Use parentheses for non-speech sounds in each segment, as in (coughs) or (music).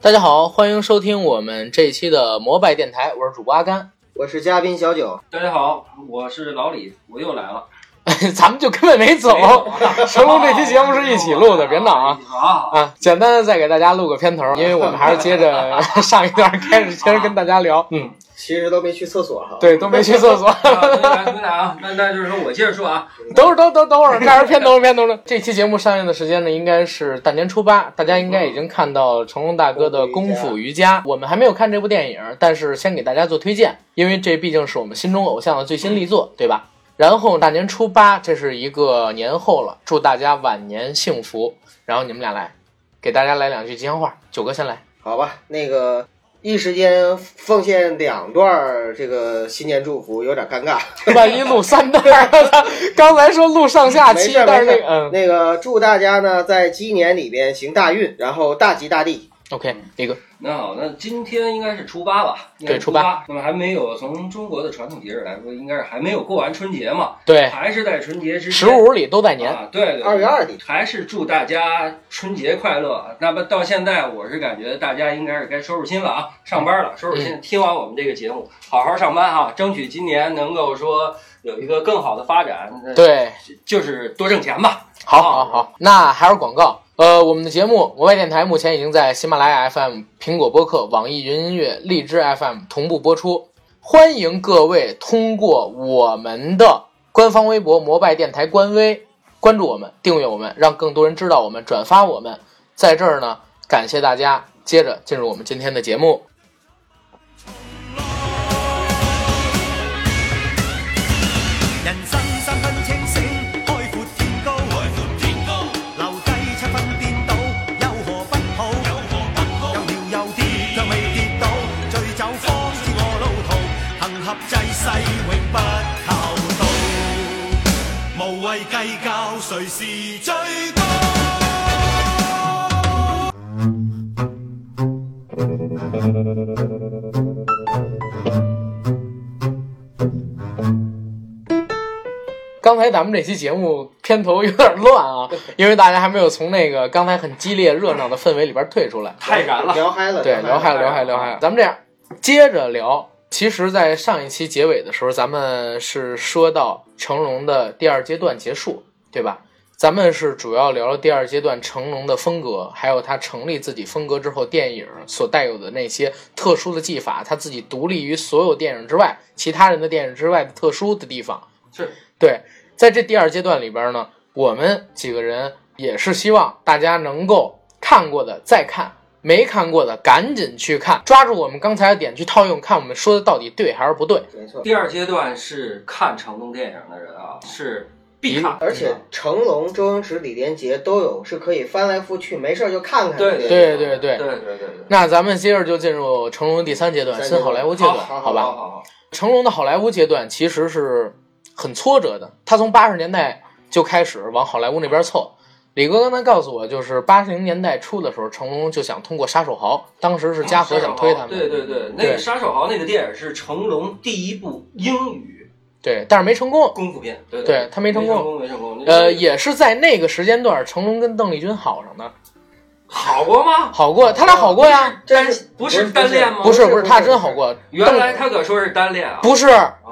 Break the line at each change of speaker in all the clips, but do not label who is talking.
大家好，欢迎收听我们这一期的摩拜电台，我是主播阿甘。 (laughs)
我是嘉宾小九，
大家好，我是老李，我又来了。
咱们就根本没走 (laughs) 成龙哦这期节目是一起录的别闹啊！
啊，
啊，简单的再给大家录个片头，因为我们还是接着上一段开始，接着跟大家聊。嗯，
其实都没去厕所哈。，
对，都没去厕所。
回来回来啊！ (laughs) 那那就是说我接着说啊，
等会儿，等等等会儿，
(laughs)
开始片头，片头了。这期节目上映的时间呢，应该是大年初八，大家应该已经看到成龙大哥的《功夫瑜伽》。我们还没有看这部电影，但是先给大家做推荐，因为这毕竟是我们心中偶像的最新力
嗯
作，对吧？然后大年初八，这是一个年后了，祝大家晚年幸福。然后你们俩来，给大家来两句吉祥话。九哥先来，
好吧，那个一时间奉献两段儿这个新年祝福，有点尴尬。
万一录三段儿，刚才说录上下
没
期
事，儿
但是
没
那
事
个嗯
儿，那个祝大家呢在鸡年里边行大运，然后大吉大利。
，OK，一个
那好，那今天应该是初八吧？应该是初八。那么还没有从中国的传统节日来说，应该是还没有过完春节嘛，
对，
还是在春节之
哎十
前。
五里都在年。
啊，对对，
二月二底，
还是祝大家春节快乐。啊那么到现在，我是感觉大家应该是该收拾心了啊，上班
嗯
了，收拾心。听完我们这个节目，好好上班哈，争取今年能够说有一个更好的发展。那
对，
就是多挣钱吧。啊
好，好，好，那还是广告。呃，我们的节目摩拜电台目前已经在喜马拉雅 FM、苹果播客、网易云音乐、荔枝 FM 同步播出，欢迎各位通过我们的官方微博摩拜电台官微关注我们、订阅我们，让更多人知道我们、转发我们。在这儿呢，感谢大家。接着进入我们今天的节目。
人生三分清醒，開闊天高。開闊天高，留低七分顛倒，有何不好？有何不好？有搖有跌，卻未跌倒。醉酒方知我路途，行合濟世永不後道。無謂計較誰是最高。
刚才咱们这期节目片头有点乱啊，因为大家还没有从那个刚才很激烈热闹的氛围里边退出来。
太燃
嗯
了。
聊嗨了，
对，
聊
聊嗨
了。
了，聊嗨了，聊嗨了。咱们这样接着聊。其实，在上一期结尾的时候，咱们是说到成龙的第二阶段结束，对吧？咱们是主要聊了第二阶段成龙的风格，还有他成立自己风格之后电影所带有的那些特殊的技法，他自己独立于所有电影之外、其他人的电影之外的特殊的地方。
是
对，在这第二阶段里边呢，我们几个人也是希望大家能够看过的再看，没看过的赶紧去看，抓住我们刚才的点去套用，看我们说的到底对还是不对。
没错。
第二阶段是看成龙电影的人啊，是必看，
嗯
而且成龙、周星驰、李连杰都有是可以翻来覆去，没事儿就看看的。
对对
对对
对。
对对对
那咱们接着就进入成龙第三阶段，
三阶
新
段
好莱坞阶
对，
段，
好
吧？
好好好，
成龙的好莱坞阶段其实是很挫折的，他从八十年代就开始往好莱坞那边凑。李哥刚才告诉我，就是八零年代初的时候，成龙就想通过《杀手豪》，当时是
啊
嘉禾想推他们，
对对对，那
对
个杀手豪那个电影是成龙第一部英语
对，但是没成功。
功夫片，对
对他没成
成
功
没成功。
呃，也是在那个时间段，成龙跟邓丽君好上的，
好过吗？
好过，他俩好过呀？
真
单
是
不哦是单恋吗？
不是不
不
是，
是
他真好过。
原来他可说是单恋啊。
不是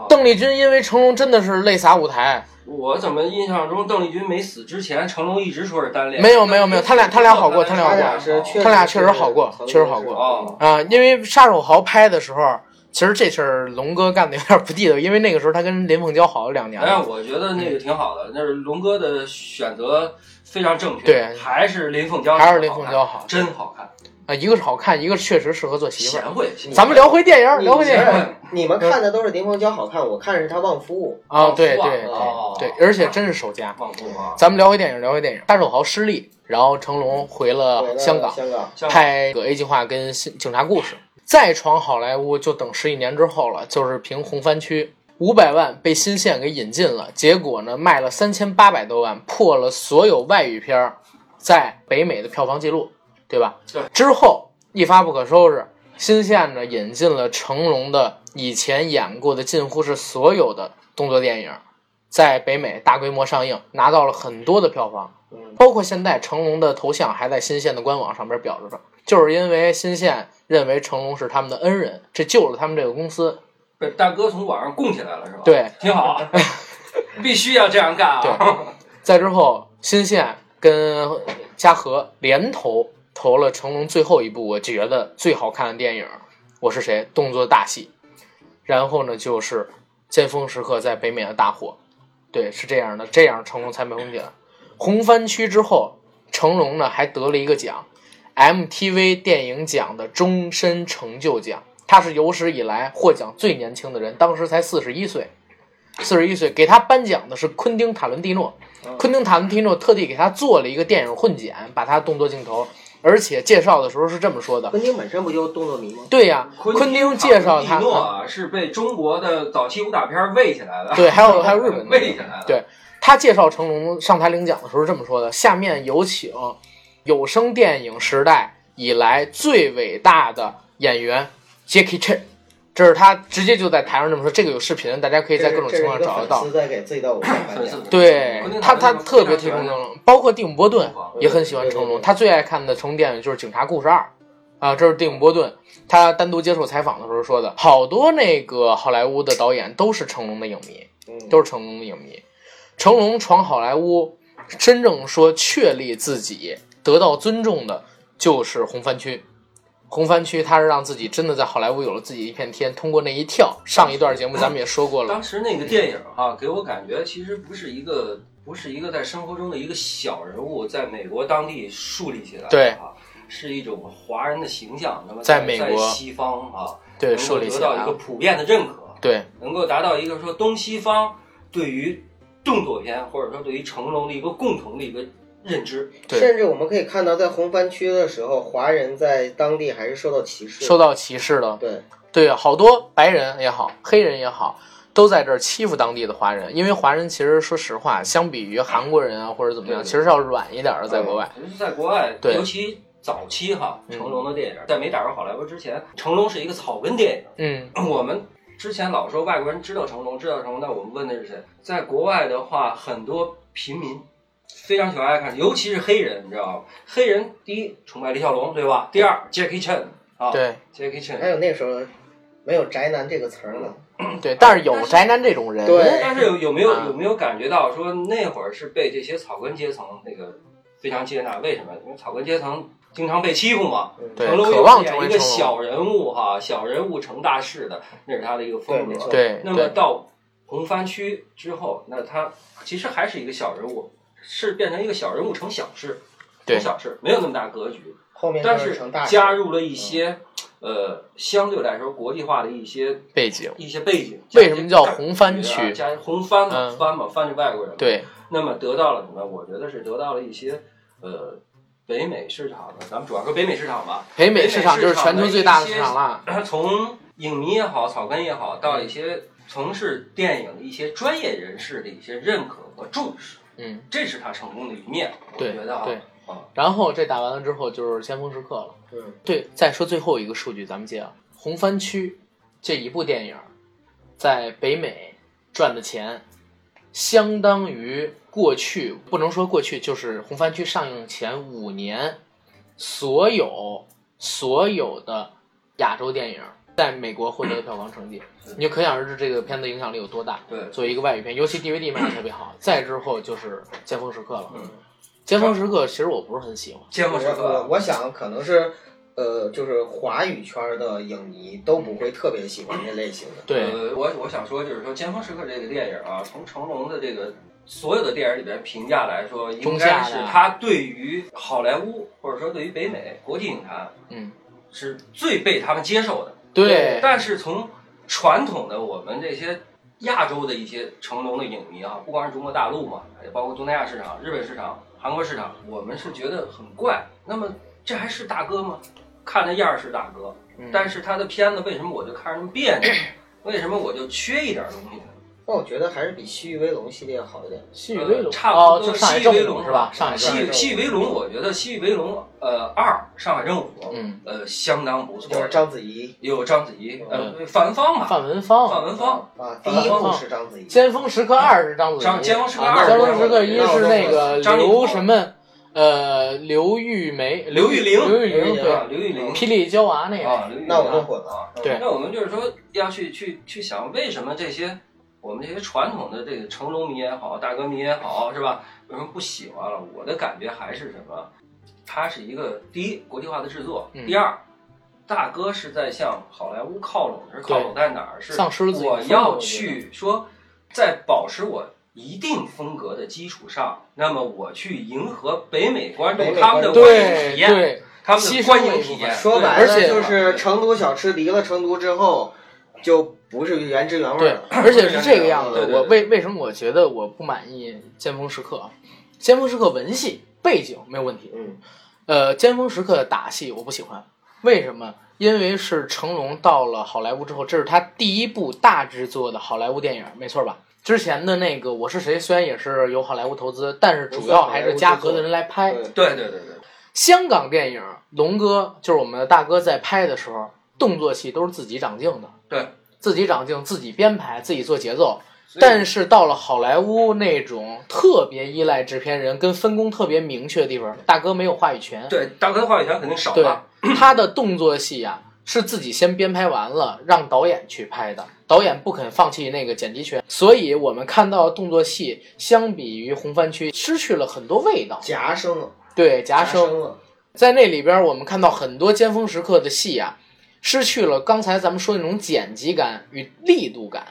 邓丽君，因为成龙真的是泪洒舞台，
我怎么印象中邓丽君没死之前，成龙一直说是单恋？
没有没有没有他俩他俩好过他俩好
他
过
俩是确实，
他俩确实好过确实好过
哦
啊、因为《杀手豪》拍的时候，其实这事儿龙哥干的有点不地道，因为那个时候他跟林凤娇好了两年
哎，
了。
我觉得那个挺好的，那是龙哥的选择非常正确。
对
还是林凤娇，
还是林凤娇好
真好看，
啊、一个是好看，一个是确实适合做媳妇儿。
贤惠。哦
咱们聊回电影，
你
聊回电影
们
们你们看的都是林凤娇好看，我看是她旺夫物。
啊，对
忘
对
了哦
对，而且真是手家。
忘不啊，
咱们聊回电影，聊回电影，《杀手豪》失利，然后成龙回
回
了
了
啊香港，
香港，
像
拍个 A 计划跟新警察故事，再闯好莱坞就等十一年之后了，就是凭红番区五百万被新线给引进了，结果呢卖了三千八百多万，破了所有外语片儿在北美的票房记录，对吧？
对
之后一发不可收拾，新线呢引进了成龙的以前演过的近乎是所有的动作电影，在北美大规模上映，拿到了很多的票房。包括现在成龙的头像还在新线的官网上边表着着，就是因为新线认为成龙是他们的恩人，这救了他们这个公司。
被大哥从网上供起来了是吧？，
对，
挺好
(laughs)
啊，必须要这样干啊！
在之后，新线跟嘉禾联投投了成龙最后一部我觉得最好看的电影《我是谁》动作大戏，然后呢就是《尖峰时刻》在北美的大火，对，是这样的，这样成龙才没红起来。红番区之后，成龙呢还得了一个奖，MTV 电影奖的终身成就奖，他是有史以来获奖最年轻的人，当时才四十一岁。四十一岁，给他颁奖的是昆汀·塔伦蒂诺。昆汀·塔伦蒂诺特地给他做了一个电影混剪，把他动作镜头，而且介绍的时候是这么说的
昆汀本身不就动作迷吗？
对呀、
昆
昆汀介绍
塔
他
伦蒂，诺啊是被中国的早期武打片喂起来的，
对，还有还有日本的
喂起来的，
对他介绍成龙上台领奖的时候是这么说的：“下面有请有声电影时代以来最伟大的演员 Jackie Chan。”这是他直接就在台上这么说，这个有视频，大家可以在各种情况下找得到
这是一个粉丝。在给自己的偶像颁
粉
奖
丝。
对他，他特别提
提
成龙，包括蒂姆·波顿也很喜欢成
对对
龙。
对
他最爱看的成龙电影就是《警察故事二》，啊，这是蒂姆·波顿他单独接受采访的时候说的。好多那个好莱坞的导演都是成龙的影迷，
嗯
都是成龙的影迷。成龙闯好莱坞，真正说确立自己得到尊重的，就是红番区。红番区，他是让自己真的在好莱坞有了自己一片天。通过那一跳，上一段节目咱们也说过了，
当时那个电影哈、给我感觉其实不是一个，不是一个在生活中的一个小人物，在美国当地树立起来的、啊，
对
是一种华人的形象。那么
在
在
美国
西方啊，
对，
能
树
够
立
得
起
到
来
一个
了，啊
普遍的认可，
对。
能够达到一个说东西方对于动作片或者说对于成龙的一个共同的一个认知。
对
甚至我们可以看到，在红番区的时候，华人在当地还是受到歧视。
受到歧视了。
对，
对，好多白人也好，黑人也好，都在这儿欺负当地的华人，因为华人其实说实话，相比于韩国人啊或者怎么样，
对对
其实是要软一点的，在国外。
呃其实在国外，
对
尤其早期哈，
嗯
成龙的电影、在没打入好莱坞之前，成龙是一个草根电影。 (clears throat)
嗯，
我们之前老说外国人知道成龙，知道成龙，但我们问的是谁？在国外的话，很多平民非常喜欢爱看，尤其是黑人，你知道吗？黑人第一崇拜李小龙，对吧？第二 Jackie Chan 啊
对
，Jackie Chan，
还有那时候没有“宅男”这个词儿呢。
对，但是有宅男这种人，
对
哎但是有有没有
啊
有没有感觉到说那会儿是被这些草根阶层那个非常接纳？为什么？因为草根阶层经常被欺负嘛。
嗯
对
成龙
渴望
又是
成
演
为
一个
成龙
小人物哈，小人物成大事的，那是他的一个风
对没
格
错。
对
那么
对
到红番区之后，那他其实还是一个小人物，是变成一个小人物成小事，
对
成小事，没有那么大格局。
后面
但
就是成大事
加入
嗯
了一些呃相对来说国际化的一些
背景，
一些背景。
为什么叫红番
番
区？
啊加红番嘛，
嗯
番嘛，番是外国人嘛。
对
那么得到了什么？我觉得是得到了一些呃北美市场的，咱们主要说北美市场吧。 (clears throat)
北美市场就是全球最大的市场了。
从影迷也好，草根也好，到一些从事电影的一些专业人士的一些认可和重视，
嗯，
这是他成功的一面。我
对
觉得啊，
对
啊。
然后这打完了之后就是先锋时刻了。
嗯，
对，再说最后一个数据，咱们接啊，红番区这一部电影在北美赚的钱，相当于过去不能说过去，就是红番区上映前五年所有所有的亚洲电影在美国获得的票房成绩，你就可想而知这个片子影响力有多大。
对
作为一个外语片，尤其 DVD 卖的特别好。再之后就是《尖峰时刻》了，
嗯
尖峰时刻》其实我不是很喜欢。
见
我
过这
我
个，
我想可能是，呃，就是华语圈的影迷都不会特别喜欢这类型的。
对，
呃，我我想说就是说《尖峰时刻》这个电影啊，从成龙的这个所有的电影里边评价来说，应
中下
该
的
是他对于好莱坞或者说对于北美国际影坛
嗯，
是最被他们接受的。
对，
但是从传统的我们这些亚洲的一些成龙的影迷啊，不光是中国大陆嘛，也包括东南亚市场、日本市场、韩国市场，我们是觉得很怪。那么这还是大哥吗？看着样儿是大哥，
嗯
但是他的片子为什么我就看着那么别
(clears throat)
扭？为什么我就缺一点东西呢？
但我觉得还是比《西域威龙》系列好一点。
细雨威龙，
呃差不
哦，
多
就上海
西域
政
威
府
龙
是吧？上海政
西
府，
域西域威龙，我觉得西域威龙呃二上海政府
嗯，
呃相当不错
就是，章子怡
有章子怡，呃范文芳
嗯
嘛，
范文芳，
范文芳。
啊，第一部是章
嗯
子怡，
尖峰时刻二是章子怡，
章尖峰时刻
啊
二
尖峰时刻一是那个
张艺谋
刘什么呃，刘玉梅、
刘玉玲哎啊
刘玉
刘玉
玲，
玲
对，
刘玉玲
霹雳娇娃那
啊
位，，
刘玉玲
那我弄混了。
啊，
对
那我们就是说要去去去想，为什么这些我们这些传统的这个成龙迷也好，大哥迷也好，是吧？为什么不喜欢了？我的感觉还是什么？它是一个第一国际化的制作，
嗯
第二。大哥是在向好莱坞靠拢，是靠拢在哪儿？是
丧失了自己的
我
风格
要
我觉得
去说，在保持我一定风格的基础上，那么我去迎合北美观
北
众
美
他们的
观众
观影
对
体验，
对，
他们的
牺牲
观
了
影
一部
体
分
验。
说
对
白了
而且
就是成都小吃离了成都之后，就不是原汁原味
对
了，。
而且是这个样
对
子
对。对
我为为什么我觉得我不满意《尖峰时刻》？《尖峰时刻》文戏背景没有问题，
嗯，
呃，《尖峰时刻》的打戏我不喜欢，为什么？因为是成龙到了好莱坞之后，这是他第一部大制作的好莱坞电影，没错吧？之前的那个《我是谁》虽然也是由好莱坞投资，但是主要还是嘉禾的人来拍。
对
对对对对，
香港电影，龙哥就是我们的大哥在拍的时候，动作戏都是自己长镜的，
对，
自己长镜，自己编排，自己做节奏。
所以
但是到了好莱坞那种特别依赖制片人跟分工特别明确的地方，大哥没有话语权。
对大哥的话语权肯定少
对
了。，
(clears throat) 他的动作戏啊是自己先编排完了，让导演去拍的。导演不肯放弃那个剪辑权，所以我们看到动作戏相比于红番区失去了很多味道。
夹生了，
对，夹生
生啊了，
在那里边，我们看到很多尖峰时刻的戏啊，失去了刚才咱们说的那种剪辑感与力度感。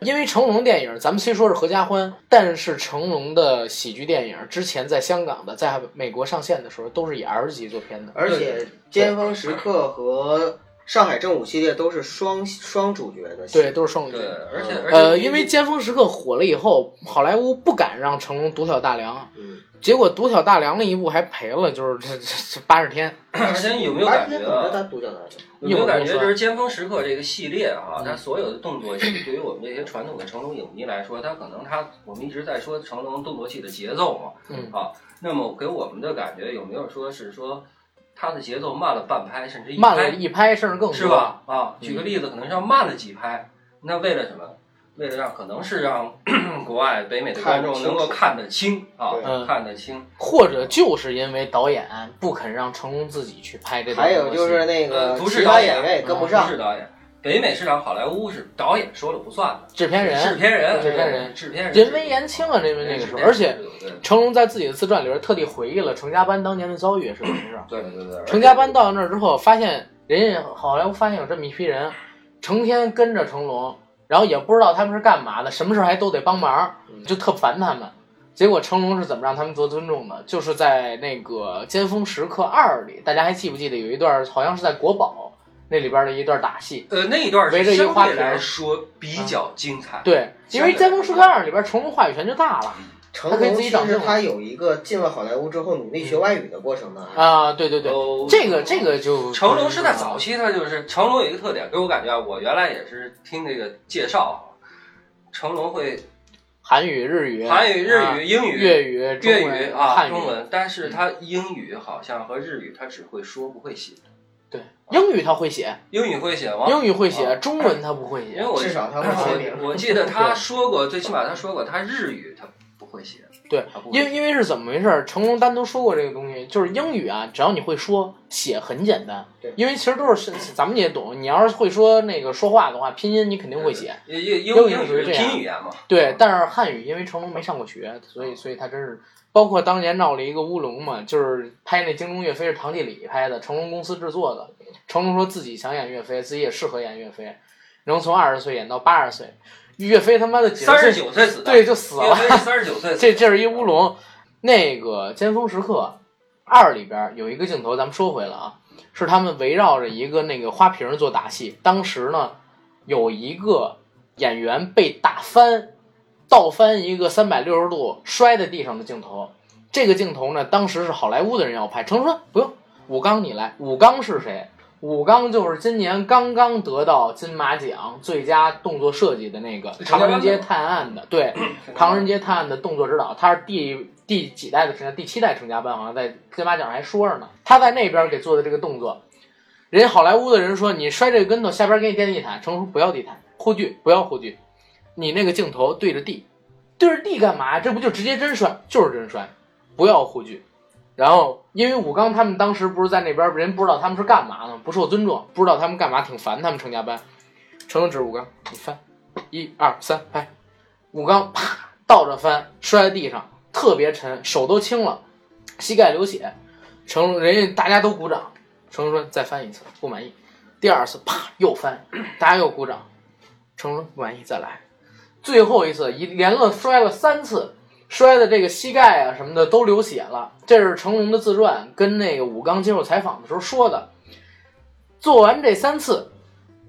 因为成龙电影，咱们虽说是合家欢，但是成龙的喜剧电影之前在香港的，在美国上线的时候都是以 R 级做片的。
而且《尖峰时刻》和《上海正午》系列都是双双主角的戏，
对，都是双语
对
片。，
而且而且
呃，因为《尖峰时刻》火了以后，好莱坞不敢让成龙独挑大梁，
嗯，
结果独挑大梁那一部还赔了，就是这这这八十天。
(clears throat) 而且有没有感觉
我觉得
啊？
他独角大的，
有没有感觉就是《尖峰时刻》这个系列啊，
嗯
它所有的动
(laughs)
作戏，对于我们这些传统的成龙影迷来说，它可能它我们一直在说成龙动作戏的节奏嘛，
嗯
啊，那么给我们的感觉有没有说是说它的节奏慢了半拍，甚至一
慢了
拍，
一拍，甚至更多嗯
是？吧？啊，举个例子，可能是要慢了几拍，那为了什么？为了让可能是让 (coughs) 国外北美的观众能够看得清啊
对，
嗯
看得清。
或者就是因为导演不肯让成龙自己去拍这种东
还
西，
有就是那个
呃不是
其他
导演
演员也跟
嗯
不
不
上
是，导演，北美市场好莱坞是导演说了不算的，
制片
制
人
片人，
制片人
制片人，
人微言轻啊，这边那个时候，而且
对
成龙在自己的自传里边特地回忆了成家班当年的遭遇是怎么回事儿。
对对对，
成家班到那儿之后，发现人家好莱坞发现有这么一批人，成天跟着成龙，然后也不知道他们是干嘛的，什么事儿还都得帮忙，
嗯
就特烦他们。结果成龙是怎么让他们得尊重的？就是在那个《尖峰时刻二》里，大家还记不记得有一段好像是在国宝那里边的一段打戏？
呃那一段
围着一个
相
花
对
瓶啊
来说比较精彩，
对，因为《尖峰时刻二》里边成龙话语权就大了
嗯
成
他可以
龙
自
其
己长
实
镜
他有一个进了好莱坞之后努力学外语的过程呢。
嗯啊！对对对，
哦
这个这个就
成龙是在早期，他就是成龙有一个特点，给我感觉啊，我原来也是听这个介绍，啊成龙会
韩语、日语、
韩语、日
啊
语、英语、
粤语、中
粤
文
语
汉
啊，
语、嗯
中文，但是他英语好像和日语他只会说不会写，
对，英语他会写，
英语会写吗？
英语会写，
啊
中文他不会
因为
写。
我
至少他会
我
签名
我记得他说
(laughs)
过，最起码他说过，他日语他不会写。
对
他不，会
因为因为是怎么回事儿？成龙单独说过这个东西，就是英语啊，只要你会说，写很简单
对。
因为其实都是咱们也懂，你要是会说那个说话的话，拼音你肯定会写。
英英英
英语
语
是
是
这样
拼语言嘛？
对，但是汉语因为成龙没上过学，所
哦
以所以他真是，包括当年闹了一个乌龙嘛，就是拍那《精忠岳飞》是唐季礼拍的，成龙公司制作的。成龙说自己想演岳飞，自己也适合演岳飞，能从二十岁演到八十岁。岳飞他妈的几
三
十
十
岁，
九岁死的，
对，就死了。
三十九岁死的。
这这是一乌龙。那个《尖峰时刻二》里边有一个镜头，咱们说回来啊，是他们围绕着一个那个花瓶做打戏。当时呢，有一个演员被打翻，倒翻一个三百六十度摔在地上的镜头。这个镜头呢，当时是好莱坞的人要拍，成龙说不用，武刚你来。武刚是谁？武刚就是今年刚刚得到金马奖最佳动作设计的那个《
陈家
唐人
班
街
吗
探案》的，对，《唐人街探案》的动作指导，他是第第几代的成家，第七代成家班，好像在金马奖上还说着呢。他在那边给做的这个动作，人家好莱坞的人说你摔这个跟头，下边给你垫地毯，成龙说不要地毯，护具不要护具，你那个镜头对着地，对着地干嘛？这不就直接真摔，就是真摔，不要护具。然后，因为武刚他们当时不是在那边，人不知道他们是干嘛呢，不受尊重，不知道他们干嘛，挺烦他们程家班。程程指着武刚，你翻，一二三，拍。武刚啪倒着翻，摔在地上，特别沉，手都青了，膝盖流血。程人家大家都鼓掌，程程说再翻一次，不满意。第二次啪又翻，大家又鼓掌。程程说不满意，再来。最后一次一连了摔了三次，摔的这个膝盖啊什么的都流血了。这是成龙的自传，跟那个武刚接受采访的时候说的。做完这三次，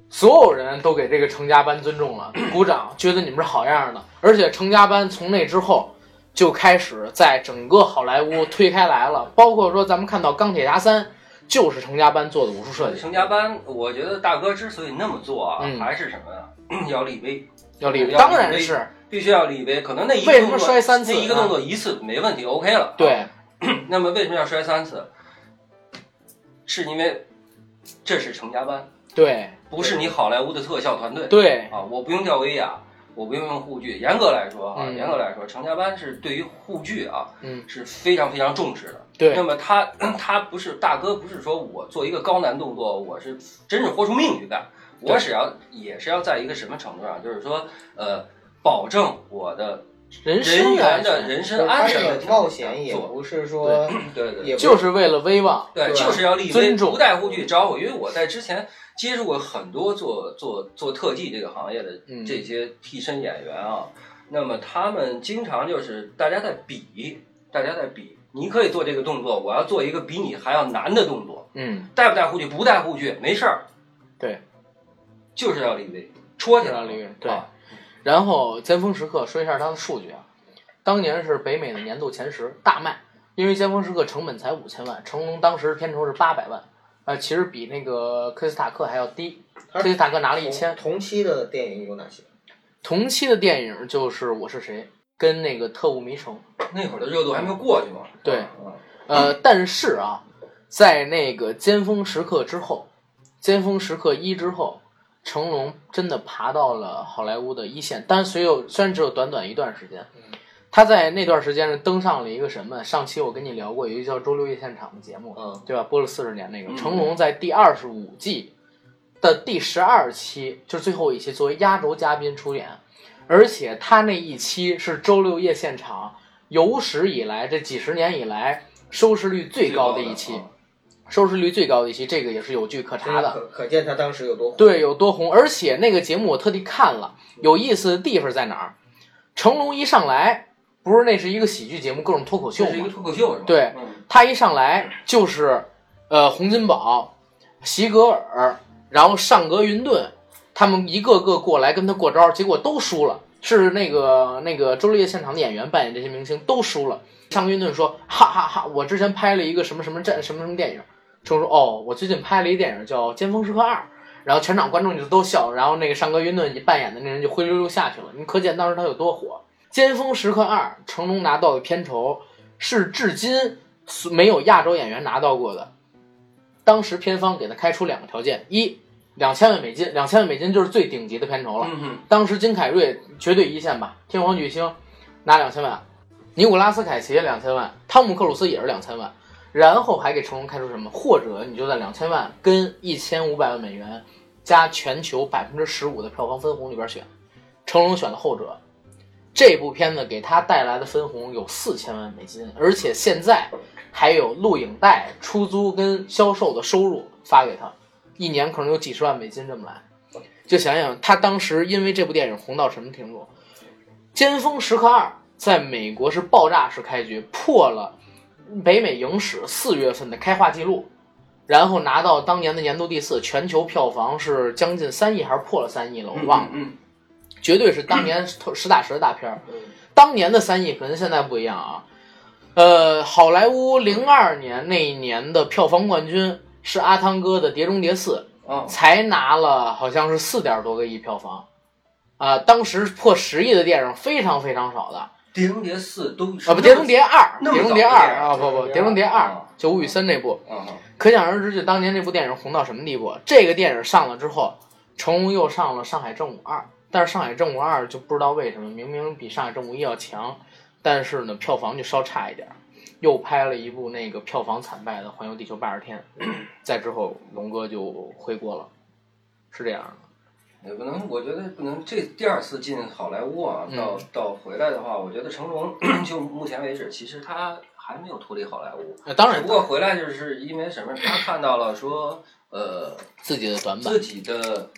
所有人都给这个成家班尊重了，鼓掌，觉得你们是好样的。而且成家班从那之后就开始在整个好莱坞推开来了，包括说咱们看到《钢铁侠三》，就是成家班做的武术设计，
呃成家班，我觉得大哥之所以那么做啊，
嗯
还是什么呀？ (clears throat) 要立威，
要立威，当然是
必须要立威。可能那一个
为什么
动作
摔三次
那一个
呢
动作一次没问题，OK 了。
对，
那么为什么要摔三次？是因为这是成家班，
对
不是你好莱坞的特效团队。
对
啊，我不用吊威亚，我不用用护具。严格来说啊，
嗯
严格来说，成家班是对于护具啊，
嗯
是非常非常重视的。那
对
么他 (clears throat) 他不是大哥，不是说我做一个高难动作，我是真是豁出命去干，
对
我只要也是要在一个什么程度上，就是说呃，保证我的
人啊
人
身
员
安
的
全，
人身
他
安
这
全的
个
情
冒
况下
险也
做，
不是说，
对对对
也不
就是为了威望，
对，
对
就是要立威，
尊重
不带护具招呼。因为我在之前接触过很多做做做特技这个行业的
嗯
这些替身演员啊，那么他们经常就是大家在比，大家在比，你可以做这个动作，我要做一个比你还要难的动作，
嗯，
带不带护具？不带护具没事儿，
对，
就是要立威，戳起来
要
了
立威对
啊
然后尖峰时刻说一下它的数据啊，当年是北美的年度前十大卖，因为尖峰时刻成本才五千万，成龙当时片酬是八百万，呃，其实比那个科斯塔克还要低，
他
科斯塔克拿了一千。
同期的电影有哪些？
同期的电影就是《我是谁》跟那个《特务迷城》，
那会儿的热度还没有过去嘛。
对
啊
呃，但是啊，在那个尖峰时刻之后，尖峰时刻一之后，成龙真的爬到了好莱坞的一线，但是虽有虽然只有短短一段时间，他在那段时间是登上了一个什么？上期我跟你聊过，有一个叫《周六夜现场》的节目，
嗯，
对吧？播了四十年那个，
嗯
成龙在第二十五季的第十二期，就是最后一期，作为压轴嘉宾出演，而且他那一期是周六夜现场有史以来这几十年以来收视率最高的一期，收视率最高的一期，这个也是有据可查的。
可可见他当时有多火。
对，有多红。而且那个节目我特地看了，有意思的地方在哪儿？成龙一上来，不是那是一个喜剧节目，各种脱口秀
这是一个
嘛。
脱口秀是吧？
对
嗯
他一上来就是，呃，洪金宝、席格尔，然后上格云顿，他们一个个过来跟他过招，结果都输了。是那个那个周六夜现场的演员扮演这些明星都输了。上格云顿说：“哈哈哈我之前拍了一个什么什么战什么什么电影。”成龙说：“哦，我最近拍了一电影叫《尖峰时刻二》。”然后全场观众就都笑，然后那个上格云顿扮演的那人就灰溜溜下去了。你可见当时他有多火。《尖峰时刻二》成龙拿到的片酬是至今没有亚洲演员拿到过的。当时片方给他开出两个条件：一，两千万美金，两千万美金就是最顶级的片酬了。
嗯哼
当时金凯瑞绝对一线吧，天皇巨星拿两千万，尼古拉斯凯奇两千万，汤姆克鲁斯也是两千万，然后还给成龙开出什么？或者你就在两千万跟一千五百万美元加全球百分之十五的票房分红里边选，成龙选了后者。这部片子给他带来的分红有四千万美金，而且现在还有录影带出租跟销售的收入发给他，一年可能有几十万美金这么来。就想想他当时因为这部电影红到什么程度，《尖峰时刻二》在美国是爆炸式开局，破了北美影史四月份的开画记录，然后拿到当年的年度第四，全球票房是将近三亿还是破了三亿了，我忘了，
嗯，嗯
绝对是当年实打实的大片儿。当年的三亿可能现在不一样啊。呃，好莱坞零二年那一年的票房冠军是阿汤哥的《碟中谍四》，
嗯啊，
才拿了好像是四点多个亿票房，啊、当时破十亿的电影非常非常少的，啊
《碟中谍四》都啊
不，《碟中谍二》，
那
《
么
碟
早
中谍
的
二》
电影
啊，不不，《碟中谍二》就吴宇森那部，
啊，
可想而知，就当年这部电影红到什么地步。这个电影上了之后，成龙又上了《上海正午二》，但是《上海正午二》就不知道为什么，明明比《上海正午一》要强，但是呢，票房就稍差一点儿。又拍了一部那个票房惨败的《环游地球八十
(clears throat)
天》，嗯再之后龙哥就回国了，是这样的。
也不能，我觉得不能。这第二次进好莱坞啊，到、
嗯
到回来的话，我觉得成龙 (clears throat) 就目前为止，其实他还没有脱离好莱坞。
呃，当然
只不过回来就是因为什么？他看到了说，呃，
自己的短板
自，己的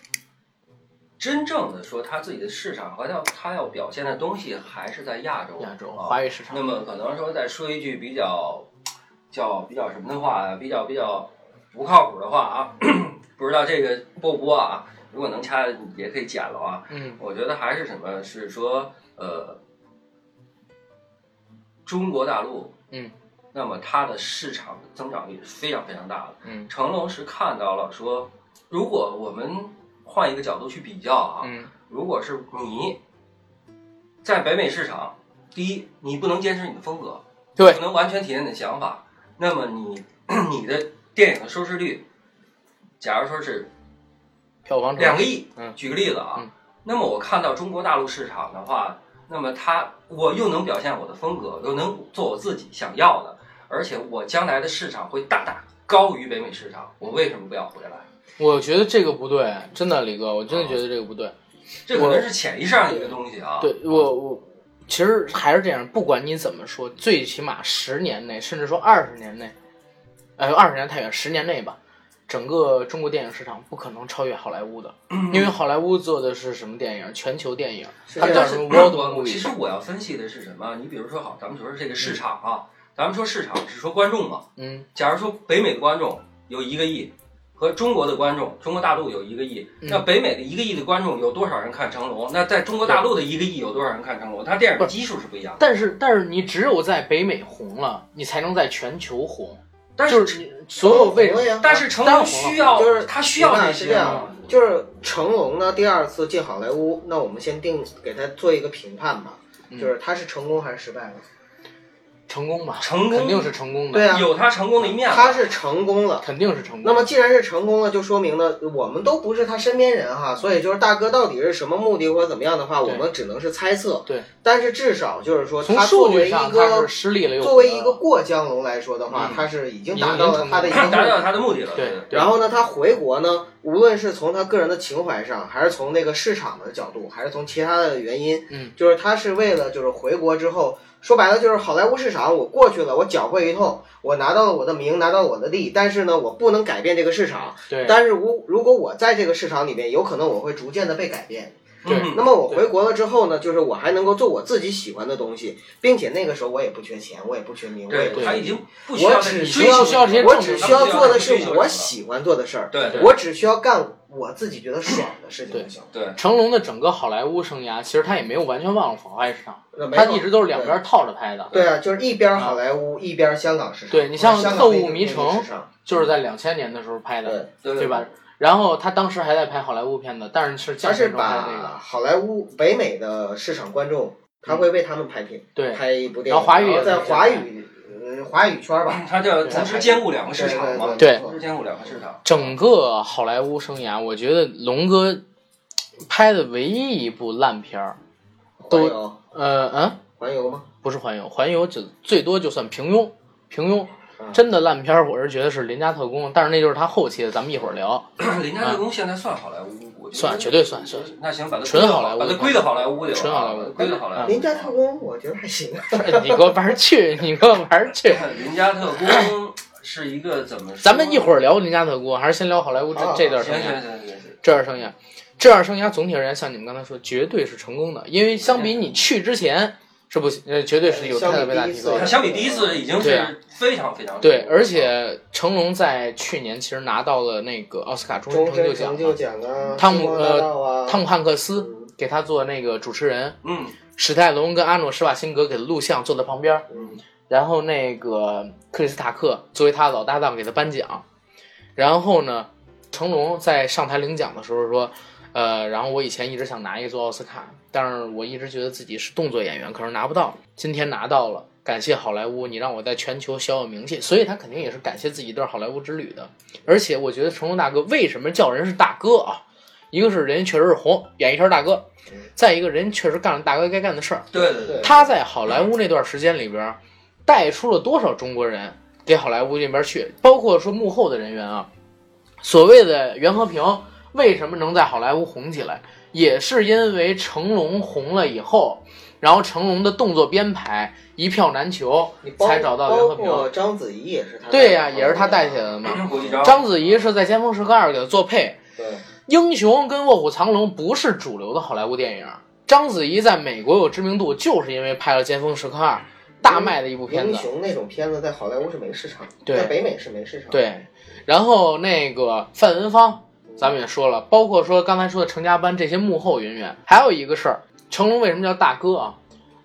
真正的说他自己的市场和要他要表现的东西还是在亚洲。
亚洲
啊
华语市场
那么可能说再说一句比较叫比较什么的话，比较比较不靠谱的话啊， (clears throat) 不知道这个播不播啊？如果能掐也可以剪了啊。
嗯
我觉得还是什么是说呃，中国大陆，
嗯，
那么它的市场的增长率是非常非常大的。
嗯
成龙是看到了说，如果我们换一个角度去比较啊，
嗯
如果是你在北美市场，第一，你不能坚持你的风格，
对
不能完全体验你的想法，那么你 (clears throat) 你的电影的收视率，假如说是
票房成
两个亿，
嗯
举个例子啊，
嗯
那么我看到中国大陆市场的话，那么它我又能表现我的风格，又能做我自己想要的，而且我将来的市场会大大高于北美市场，我为什么不要回来？
我觉得这个不对，真的，李哥，我
啊
真的觉得这个不对。
这可能是潜意识上的一个东西啊。
对我我其实还是这样，不管你怎么说，最起码十年内，甚至说二十年内，呃，二十年太远，十年内吧，整个中国电影市场不可能超越好莱坞的，因为好莱坞做的是什么电影？全球电影，
是
他们叫
但
什
是
么
我
world
我其实
movie？
我要分析的是什么？你比如说好，咱们说这个市场啊，咱们说市场只说观众嘛。
嗯
假如说北美的观众有一个亿，和中国的观众，中国大陆有一个亿，
嗯
那北美的一个亿的观众有多少人看成龙？那在中国大陆的一个亿有多少人看成龙？他电影的基数是不一样的。
但是但是你只有在北美红了，你才能在全球红，
但，
就是是你所有位
成龙
置，
呀
但是成
当
龙
然
需要，
就是
他需要
你看
这
是
些
这
吗
样？，就是成龙呢，第二次进好莱坞，那我们先定给他做一个评判吧，
嗯
就是他是成功还是失败了？
成功吧，
成功
肯定是成功的，
对啊，
有他成功的一面吧。
他是成功了。
肯定是成功的。
那么既然是成功了，就说明呢，我们都不是他身边人哈，所以就是大哥到底是什么目的或者怎么样的话，
对
我们只能是猜测。
对，
但是至少就是说，
从
他作
数
为
据
一
上他
个
是失利了又
作为一
得
个过江龙来说的话
嗯，
他是已经
已
达
经
到
成
了
功
他的一
了
个目
(laughs) 达
的。
到他的目的了。
对，对
然后呢，他回国呢，无论是从他个人的情怀上，还是从那个市场的角度，还是从其他的原因，
嗯，
就是他是为了就是回国之后，说白了就是好莱坞市场，我过去了，我搅和一通，我拿到了我的名，拿到了我的利，但是呢，我不能改变这个市场。
对
但是如如果我在这个市场里面，有可能我会逐渐的被改变。
对
嗯
那么我回国了之后呢，就是我还能够做我自己喜欢的东西，并且那个时候我也不缺钱，我也不缺名，我也不
对，
缺
他已经不需要
我
再
只
去
需
追
要
求
需要这些
我
正
只
常
需要
的
做的
追
是
求
我
了
喜欢做的事儿，
对对
我只需要干我自己觉得爽的事情就行。
对
成龙的整个好莱坞生涯，其实他也没有完全忘了海外市场，
那没
他
有
一直都是两边套着拍的。
对啊，就是一边好莱坞，一边香港市场。
对你像
香港
《斗
那
雾
个
迷城
那个市场
就是在两千年的时候拍的，
对，
对
对吧？？然后他当时还在拍好莱坞片子，但是是
他
降
是
神中拍的那
把
个，嗯
好莱坞北美的市场观众，他会为他们拍片，
对
拍一部电
然
影，
后华语也
在
是
华语，嗯，华语圈吧，
他就同时兼顾两个市场嘛，
对
没
同
错
时兼顾两个市场。
整个好莱坞生涯，我觉得龙哥拍的唯一一部烂片儿，
环
(laughs) 都
游
呃嗯，
环游吗？
不是环游，环游就最多就算平庸，平庸
嗯。
真的烂片儿，我是觉得是《邻家特工》，但是那就是他后期的，咱们一会儿聊。
(clears throat) 林家特工现在算好莱坞，我觉得
算绝对算算。
那行，把它
纯好莱坞
把它归到好莱坞里了，
纯好莱坞
把它归到好莱坞。
邻家特工，我觉得还行。啊
(laughs) 你给我玩儿去，你给我玩儿去。
林家特
(clears throat)
工是一个怎么说？
咱们一
儿
会儿聊林家特工，还是先聊好莱坞这
好
这段生
行
涯
行。行行行，
这段生涯，这段生涯总体而言，像你们刚才说，绝对是成功的，因为相比你去之前是不行，呃，绝对是有
相比
特别大
第一
提
次
高
它
的。
相比第一次已经
对啊
是非常非常
对，而且成龙在去年其实拿到了那个奥斯卡终
终
身成
身
就奖
成
嘛，
就奖啊，
汤姆呃
星光大道啊，
汤姆汉克斯
嗯
给他做那个主持人，
嗯，
史泰龙跟阿诺施瓦辛格给他录像，坐在旁边儿，
嗯
然后那个克里斯塔克作为他的老搭档给他颁奖，然后呢，成龙在上台领奖的时候说，呃，然后我以前一直想拿一座奥斯卡，但是我一直觉得自己是动作演员，可是拿不到，今天拿到了，感谢好莱坞，你让我在全球小有名气，所以他肯定也是感谢自己一段好莱坞之旅的。而且我觉得成龙大哥为什么叫人是大哥啊？一个是人确实是红，演艺圈大哥，再一个人确实干了大哥该干的事儿。
对
对
对对，
他在好莱坞那段时间里边儿，带出了多少中国人给好莱坞这边去，包括说幕后的人员啊，所谓的袁和平为什么能在好莱坞红起来，也是因为成龙红了以后，然后成龙的动作编排一票难求
你，包
才找到袁和
包
平。
括章子怡也是他带的，
对呀、也是他带起来的嘛。
(clears throat) 胡一章，
章子怡是在《尖峰时刻二》给他做配，
对，
英雄跟卧虎藏龙不是主流的好莱坞电影。章子怡在美国有知名度，就是因为拍了《尖峰时刻二》，大卖的一部片
英
子。
雄那种片子在好莱坞是没市场，
对
在北美是没市场。，
对，然后那个范文芳，咱们也说了，包括说刚才说的成家班这些幕后人员，还有一个事儿，成龙为什么叫大哥啊？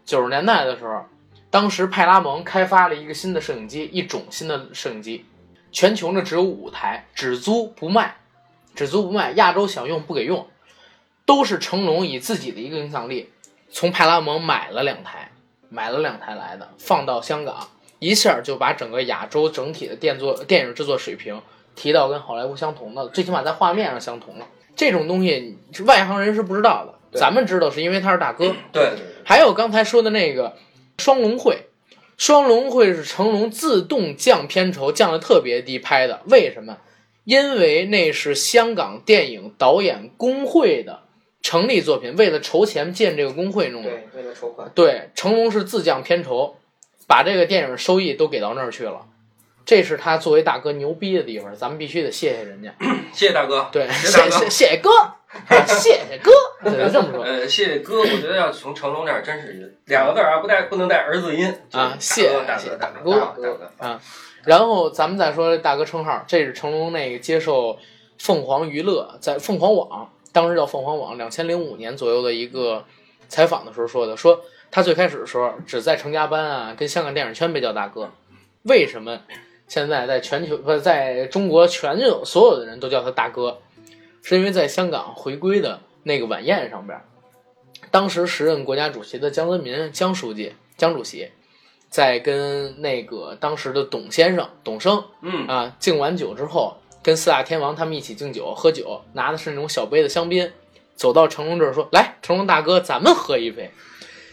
九十年代的时候，当时派拉蒙开发了一个新的摄影机，一种新的摄影机，全球呢只有五台，只租不卖，只租不卖，亚洲想用不给用，都是成龙以自己的一个影响力，从派拉蒙买了两台，买了两台来的，放到香港，一下就把整个亚洲整体的电作电影制作水平提到跟好莱坞相同的，最起码在画面上相同了。这种东西外行人是不知道的，
对
咱们知道是因为他是大哥。
对，
还有刚才说的那个双龙会，双龙会是成龙自动降片酬降的特别低拍的，为什么？因为那是香港电影导演工会的成立作品，为了筹钱建这个工会弄的。
对，为了筹款，
对，成龙是自降片酬，把这个电影收益都给到那儿去了，这是他作为大哥牛逼的地方，咱们必须得谢谢人家。
谢谢大哥。
对，
谢
谢
谢大
谢
哥
谢谢哥，谢谢哥，得这么说
呃，谢谢哥，我觉得要从成龙这儿真是两个字儿啊，不带不能带儿子音
啊
就是大
谢
哥
谢
大
大
哥
哥
大哥大哥，
啊。然后咱们再说大哥称号，这是成龙那个接受凤凰娱乐在凤凰网，当时叫凤凰网，两千零五年左右的一个采访的时候说的，说他最开始的时候只在成家班啊跟香港电影圈被叫大哥，为什么现在在全球不在中国全有所有的人都叫他大哥，是因为在香港回归的那个晚宴上边儿，当时时任国家主席的江泽民江书记江主席。在跟那个当时的董先生董生
嗯，
啊敬完酒之后，跟四大天王他们一起敬酒喝酒，拿的是那种小杯的香槟，走到成龙这儿说：“来，成龙大哥，咱们喝一杯。”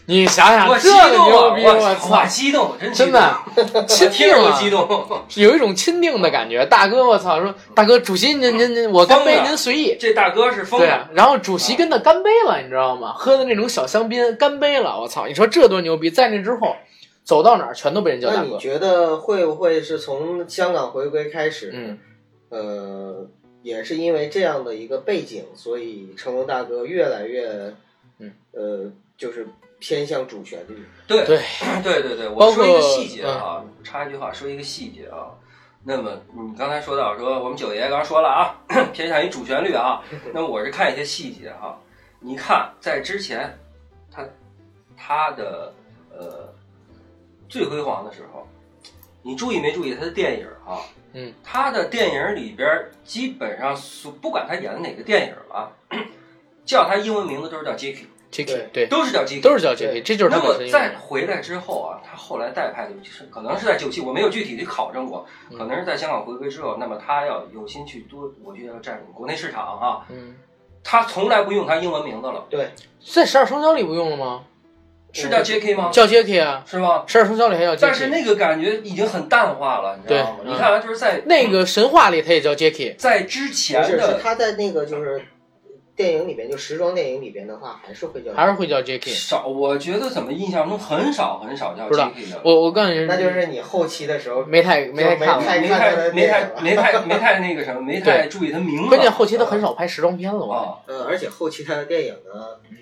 你想想
我
这
激动
牛
啊，
逼，
我
操
我！激动，我真激
真
动
的，
我
亲
听
定
着都
啊 (laughs)
激，动。
有一种亲定的感觉。大哥，我操！说大哥，主席您您您，我干杯
疯了
您随意。
这大哥是疯
对啊
了，，
然后主席跟他干杯了，你知道吗？喝的那种小香槟，干杯了，我操！你说这多牛逼！在那之后，走到哪儿全都被人叫大
那
哥
你。觉得会不会是从香港回归开始？
嗯，
呃，也是因为这样的一个背景，所以成龙大哥越来越，
嗯，
呃，就是偏向主旋律。
对
对，
(clears throat) 对对对，我
包
说一个
括嗯
细节啊，插一句话，说一个细节啊。那么你刚才说到说我们九爷刚刚说了啊， (clears throat) 偏向于主旋
(laughs)
律啊。那么我是看一些细节哈、你看在之前，他他的呃最辉煌的时候，你注意没注意他的电影啊？
嗯，
他的电影里边儿基本上所不管他演的哪个电影了、 (clears throat) 叫他英文名字都是叫 J.K.，
JK 对，
都是叫 J.K.
都是叫 JK，这就是
那
他
么
本身用
再
的。
回来之后啊，他后来代拍的就是可能是在九七，我没有具体的考证过，
嗯
可能是在香港回归之后，那么他要有心去多，我觉得要占领国内市场啊。
嗯，
他从来不用他英文名字了，
对，
在十二生肖里不用了吗？
是叫 J.K. 吗？
嗯叫 JK 啊，
是吗？
十二生肖里还叫 JK。
但是那个感觉已经很淡化了，你知道吗？
对嗯
你看啊，就是在
那个神话里他也叫 JK。
在之
不
前
是，是
的
他在那个就是电影里边，就时装电影里边的话，还是会叫，
还是会叫 JK，
少，我觉得怎么印象中很少很少叫
不知道
J.K. 的。
我我告诉你，
那就是你后期的时候，
没太没太看了，
就
没
看他
太
的
没
电
太
影了
没太没太那个什么，没太注意他名字。
关键后期他很少拍时装片了，我感觉。
啊，
呃，而且后期他的电影呢，
嗯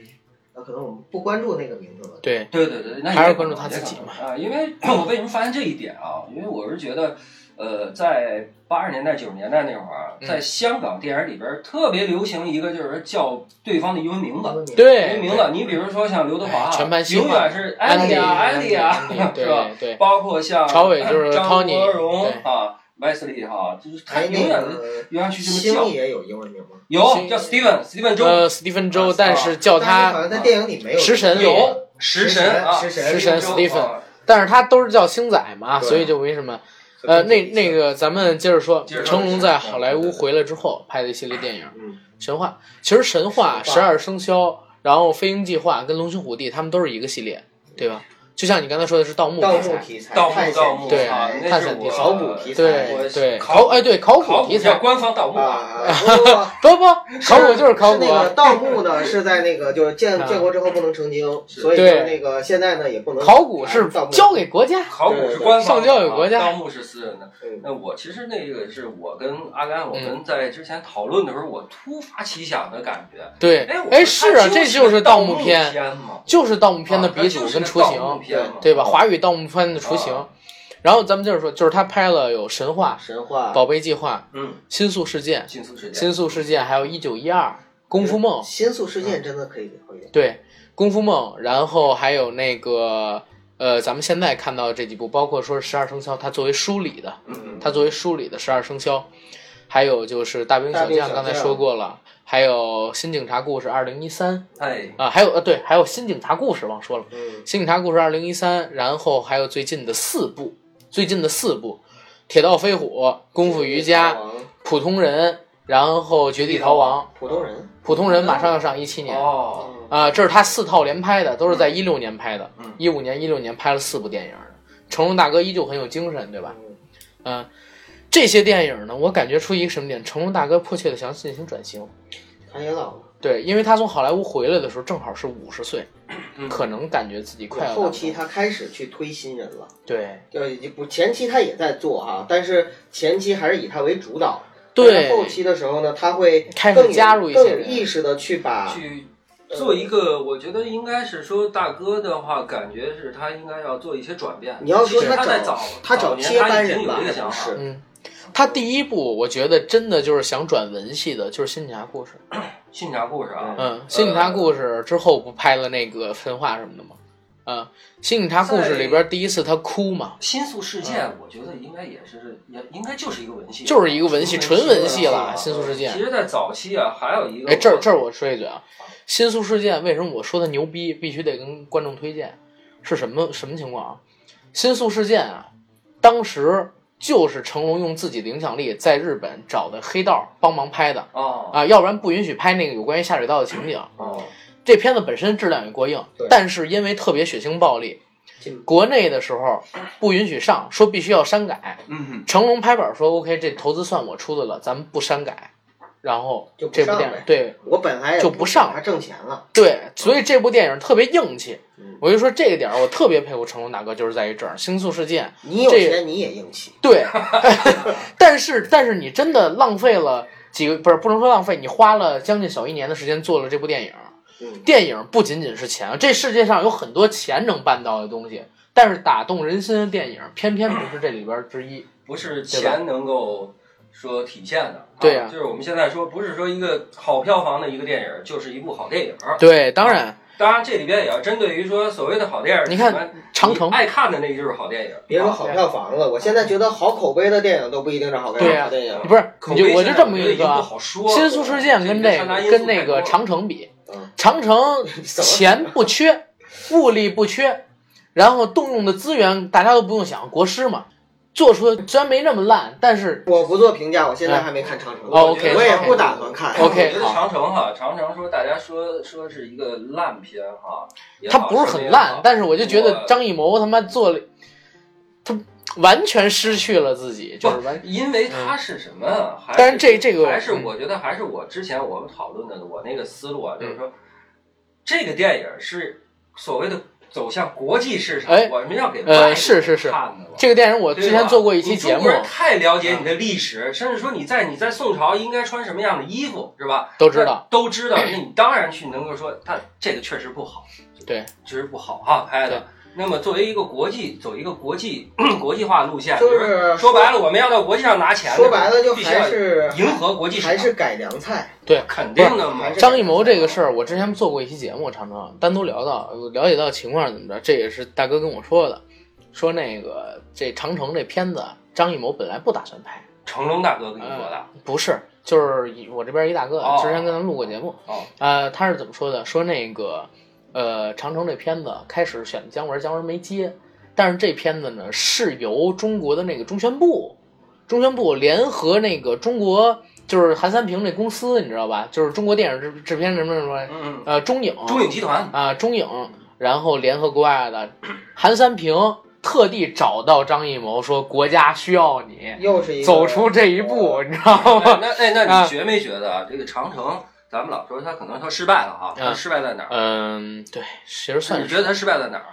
呃，可能我们不关注那个名字了。
对，
对对对，那也
还是
可
关注
能
他
也
自
可
己
能
嘛
啊，因为 (clears throat) 我为什么发现这一点啊？因为我是觉得，呃，在八十年代、九十年代那会儿啊，
嗯
在香港电影里边儿特别流行一个，就是说叫对方的英文名字。英文
嗯对，
名字，你比如说像刘德华啊，
哎全盘西化
永远是安
安
迪
迪
啊，安
迪
迪啊， (laughs) 是吧？
对对，
包括像
朝伟就是
张
Tony，
国荣
对哎
啊，Wesley 哈，就是他
还
永
哎那
远
个
永远去这
星
么叫。
爷有英文名吗？
有
星
叫 Steven，Steven 周
呃，史蒂芬周，但是叫
但是好
哦他，
像在电影里没有。
食神里
有食神啊，
食神
食神
周
Stephen
啊
但是他都是叫星仔嘛，
对
所以就没什么。
所以
呃，
就
那那个，咱们接着说，
接着说
成龙在好莱坞回来之后拍的一系列电影，
嗯
神话，其实神话、
神话
十二生肖，然后飞鹰计划跟龙兄虎弟，他们都是一个系列，对吧？就像你刚才说的是盗墓
盗
题
墓
材，
题材、
盗
探
墓
险
盗墓
对
啊，那
探
是
险
我
题材
考古题材
对
我
对
考
考哎对考
考
古题
叫
材，
官方盗墓
啊
啊，
啊，不不不
不不，考古就是考古
是那个
啊，
盗墓呢，是在那个就是建
啊
建国之后不能成精，
(laughs) 是
所以
对
说那个现在呢也不能
考古是
盗墓
交给国家，
考古是官方
上
的，
交给国家
盗墓是私人的。
嗯
那我其实那个是我跟阿甘，我
嗯
们在之前讨论的时候，我突发奇想的感觉，
对
哎，，我
哎
说
是
它
啊，这
就
就是
盗
墓
片
片，
嘛，
就是盗墓片的
啊
鼻祖
它就是
跟
个
雏
盗
形
墓，片嘛
对吧？华语盗墓片的雏形
啊。
然后咱们接着说，就是他拍了有《神话》
神话
《宝贝计划》
嗯，
《新宿事件》《
新宿事件，
新宿事件》，还有《一九一二》《功夫梦》
新宿事
嗯
件真的可以还原。
对，《功夫梦》，然后还有那个呃，咱们现在看到的这几部，包括说是十二生肖，它作为梳理的，
嗯，
它作为梳理的十二生肖，还有就是大兵
大
小
兵
将，
小
刚才
将
说过了，还有《新警察故事二零一三
哎》，
啊，还有呃对，还有《新警察故事》忘说了，
嗯
《新警察故事二零一三》，然后还有最近的四部，最近的四部，《铁道飞虎》《功夫瑜伽》《
王
普通人》，然后《绝地逃亡》。
普通人，
普通人马上要上一七年啊、
哦，
这是他四套连拍的，都是在一六年拍的
嗯，
一五年、一六年拍了四部电影。成龙大哥依旧很有精神，对吧？嗯、这些电影呢，我感觉出一个什么点？成龙大哥迫切的想进行转型，
他也老了，
对，因为他从好莱坞回来的时候正好是五十岁，
嗯
可能感觉自己快要
后
到
期他开始去推新人了，
对
就已经不前期他也在做哈，但是前期还是以他为主导。但
对
是后期的时候呢，他会
开始
更有
加入一些
更有
人
意识的去把
去做一个，我觉得应该是说大哥的话，感觉是他应该要做一些转变。
你要说
其实
他
他在
找
早
他找
早年
接
他
班
已经
人
有
吧
这个，想
不
法
是
了，
嗯，他第一部我觉得真的就是想转文戏的，就是《新警察故事》。
信察故事啊，
嗯，《新警察故事》之后不拍了那个神话什么的吗？嗯，《新警察故事》里边第一次他哭嘛，
新宿事件，我觉得应该也是，也应该就是一个文
嗯
戏，
就是一个文戏，纯文戏了，
啊
《新宿事件
其》。实，在早期啊，还有一个，
哎，这儿这儿我说一嘴啊，《新宿事件》为什么我说它牛逼，必须得跟观众推荐？是什么什么情况啊？《新宿事件》啊，当时就是成龙用自己的影响力在日本找的黑道帮忙拍的
哦
啊，要不然不允许拍那个有关于下水道的情景。
哦，
这片子本身质量也过硬
对，
但是因为特别血腥暴力
禁，
国内的时候不允许上，说必须要删改。
嗯，
成龙拍板说：“OK，这投资算我出的了，咱们不删改。”然后
就不
这部
上
电影
呗
对
我本来也
就不上
他挣钱了，
对，
嗯
所以这部电影特别硬气
嗯。
我就说这个点儿，我特别佩服成龙大哥，就是在于这儿，《星宿事
(laughs)
件》
你有
这
钱你也硬气，
对， (laughs) 但是但是你真的浪费了几个，不是不能说浪费，你花了将近小一年的时间做了这部电影。
嗯，
电影不仅仅是钱，啊这世界上有很多钱能办到的东西，但是打动人心的电影偏偏不是这里边之一。
不是钱能够说体现的，
对
啊
呀
就是我们现在说，不是说一个好票房的一个电影，就是一部好电影。
对，当然
当然，这里边也要针对于说所谓的好电影，
你看
什么
长城
你爱看的那就是好电影，
别说好票房了，我现在觉得好口碑的电影都不一定是好
对啊
看
呀
好电影。
不是，
口
你
碑
就我
现
就
在
这么跟
觉得
你
已
说
经不
啊，
好说
《
了。
新宿事件》跟这
掺杂
个
因素
跟
太
那
多
个
了
长城比
嗯，
长
(laughs)
城
怎么
钱不缺，物力不缺，然后动用的资源大家都不用想，国师嘛，做出的虽然没那么烂，但是
我不做评价，我现在还没看长城。
哦
我觉
OK，
得我也不
OK
打算看。
OK
我觉得长城哈，长城说大家说说是一个烂片哈，也
它
好
不是很
什么也
烂
好，
但是我就觉得
我
张艺谋他妈做了，他完全失去了自己，就是完嗯
因为它是什么啊？还
但是这这个嗯
还是我觉得还是我之前我们讨论的我那个思路啊，
嗯
就是说这个电影是所谓的走向国际市场
哎，
我们要给外
呃
国人
是是是
看的嘛。
这个电影我
对吧
之前做过一期节
你中
目嗯
国，人太了解你的历史，甚至说你在你在宋朝应该穿什么样的衣服，是吧？
都知道。
都知道。那你当然去能够说，它这个确实不好，
对，
确实不好哈拍
对
的。那么作为一个国际，走一个国际 (clears throat) 国际化路线，
就是
是说白了，我们要到国际上拿钱，
说白了就
必须要
还是
迎合国际市场，
还是改良菜，
肯定的嘛
还。是
张艺谋这个事儿，我之前做过一期节目，常常单独聊到，我了解到情况是怎么着，这也是大哥跟我说的，说那个这《长城》这片子，张艺谋本来不打算拍，
成龙大哥跟你说的，
不是，就是一我这边一大哥
哦
之前跟咱录过节目，
哦，
呃，他是怎么说的？说那个呃，《长城》这片子开始选姜文，姜文没接，但是这片子呢是由中国的那个中宣部，中宣部联合那个中国就是韩三平那公司，你知道吧？就是中国电影制制片什么什么。
嗯，
呃，中影，
中影集团
啊、中影，然后联合国外的韩三平特地找到张艺谋说国家需要你
又是一个
走出这一步，你知道
哎
吗？
那哎，那
啊
你觉没觉得啊？这个长城，咱们老说他可能他失败了啊，他
嗯
失败在哪儿？
嗯，对，其实算
你觉得
是。
他失败在哪儿？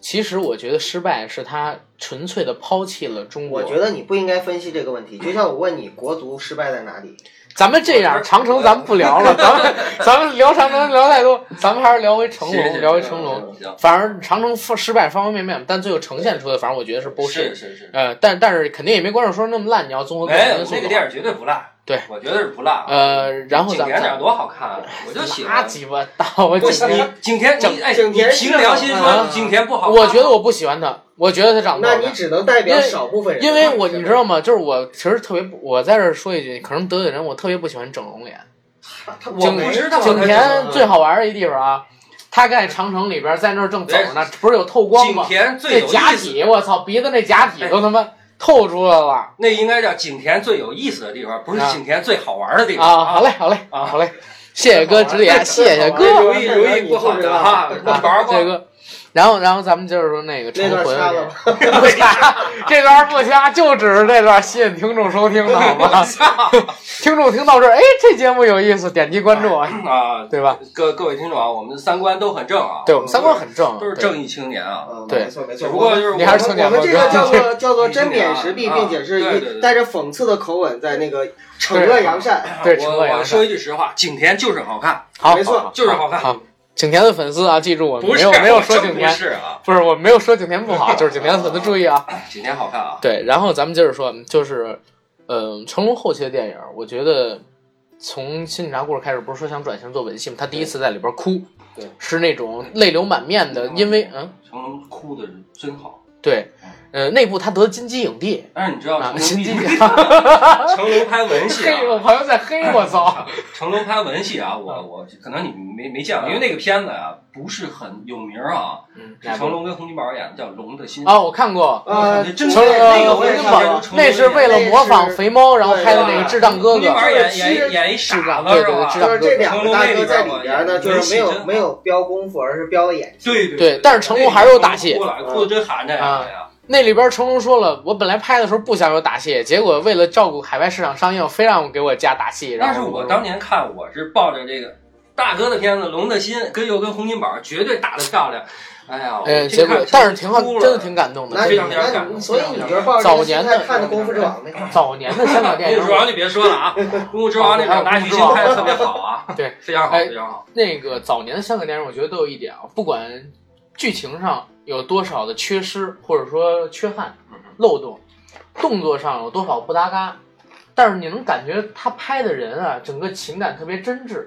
其实我觉得失败是他纯粹的抛弃了中国。
我觉得你不应该分析这个问题，就像我问你国足失败在哪里，
咱们这样，长城咱们不聊了，咱们咱们聊长城聊太多，咱们还是聊回成
谢谢嗯
龙，聊回成龙。。
行，
反正长城失败方方面面，但最后呈现出的，反正我觉得是 bullshit
是。是是，
呃，但但是肯定也没观众说那么烂，你要综合各
没
种
哎有
因素
那个
的
电
话。
影绝对不烂，
对，
我觉得是不烂。，啊
呃，然后
景
咱
甜
们
长
再
多好看啊，我就喜
拉
欢。
鸡巴倒，我
不，
今天
你景甜，你哎，
景
你
甜是
凭良心
好看
说，
啊
景甜不好看。
我觉得我不喜欢他，我觉得他长得
那
好
你
看。
只能代表
因为
少部分人。
因为我你知道吗？就是我其实特别不，我在这儿说一句，可能得罪人，我特别不喜欢整容脸。
他，他
我不知道
景
他
甜最好玩的一地方啊，他在长城里边，在那儿正走着呢，不是有透光
哎景
吗？
甜最
这
有
假
意思，哎
体，我操，鼻子那假体都他妈透出来了
那应该叫景甜最有意思的地方，不是
啊
景甜最好玩的地方
啊！好嘞，好嘞，
哎啊哎
好嘞，谢谢哥指点，谢谢
对
哥。
容易容易不好的哈， (laughs) 那玩儿过
这个，然后然后咱们接着说那个重
那段
回
掐了吧，
不
(laughs)
掐， (laughs) 这段不掐，就只是这段吸引听众收听的好吗？听众听到这儿，哎，这节目有意思，点击关注，
(laughs) (laughs) 啊，
对吧？
各各位听众啊，我们三观都很正啊，
对我们三观很正，
都是正义青年啊。
嗯
对
没错没
只
错。
不过
我
就
们
是我
你还是
我
青年吧
们这个
哥
叫做叫做针
你是
砭
啊
时弊，
啊
并且
对对对
是带着讽刺的口吻在那个惩恶扬善。
对，对，
我
陈乐
我
阳
说一句实话，景甜就是好看，
好，
没错
好
就是好看，
好，景甜的粉丝啊，记住我们
不
没
是
有没有说
真
景
不
甜，
是啊，
不是我没有说景甜不好，就是景甜的粉丝注意啊。
景甜好看啊，
对，然后咱们接着说，就是，嗯、成龙后期的电影，我觉得从《新警察故事》开始，不是说想转型做文戏吗？他第一次在里边哭，
对，
是那种泪流满面的，
嗯
因为嗯，
成龙哭的是真好。
对，呃，那部他得金鸡影帝
但是你知道
啊，
成
金
龙
鸡，黑，
(laughs) 成龙拍文戏
我
啊，
朋友在 (laughs) 黑我 (laughs) 操，
(laughs) 成龙拍文戏啊，我我可能你没没见过，因为那个片子啊不是很有名啊，
嗯
是成龙跟洪金宝演的，叫《龙的心》
啊，我看过，
呃，
真
成龙
那个我
洪
也
金
看
宝
过。
那是为了模仿肥猫，然后拍的那个智障哥
洪金
哥，
宝演演演一傻
是吧
子
对对
是
对
吧？
知
就
道
是这两个大哥在里边呢，就是没
文戏真
有
好
没有飙功夫，而是飙了眼睛。
对对
对但是成龙还是有打戏
哭了，哭的真寒碜
啊
呀！
那里边成龙说了，我本来拍的时候不想有打戏，结果为了照顾海外市场上映，非让我给我加打戏。然
但
后
是我当年看，我是抱着这个大哥的片子《龙的心》，跟又跟洪金宝绝对打得漂亮。哎呀，我
呃，
这
结果
看
但是挺好，
哭了
真的挺感动的。
那
这
你
个
那你所以你就是抱着
早
这个
年
心
的
态看的《功夫之王》呗。
早年的香港电
功夫之
影，
王就别说了啊，功夫之王那
还有
两大
功夫
巨
之
星
王
拍的特别好啊，
(laughs) 对，
非常好，
哎
非常好。
那个早年的香港电影，我觉得都有一点啊，不管剧情上有多少的缺失，或者说缺憾、漏洞，动作上有多少不搭嘎，但是你能感觉他拍的人啊，整个情感特别真挚。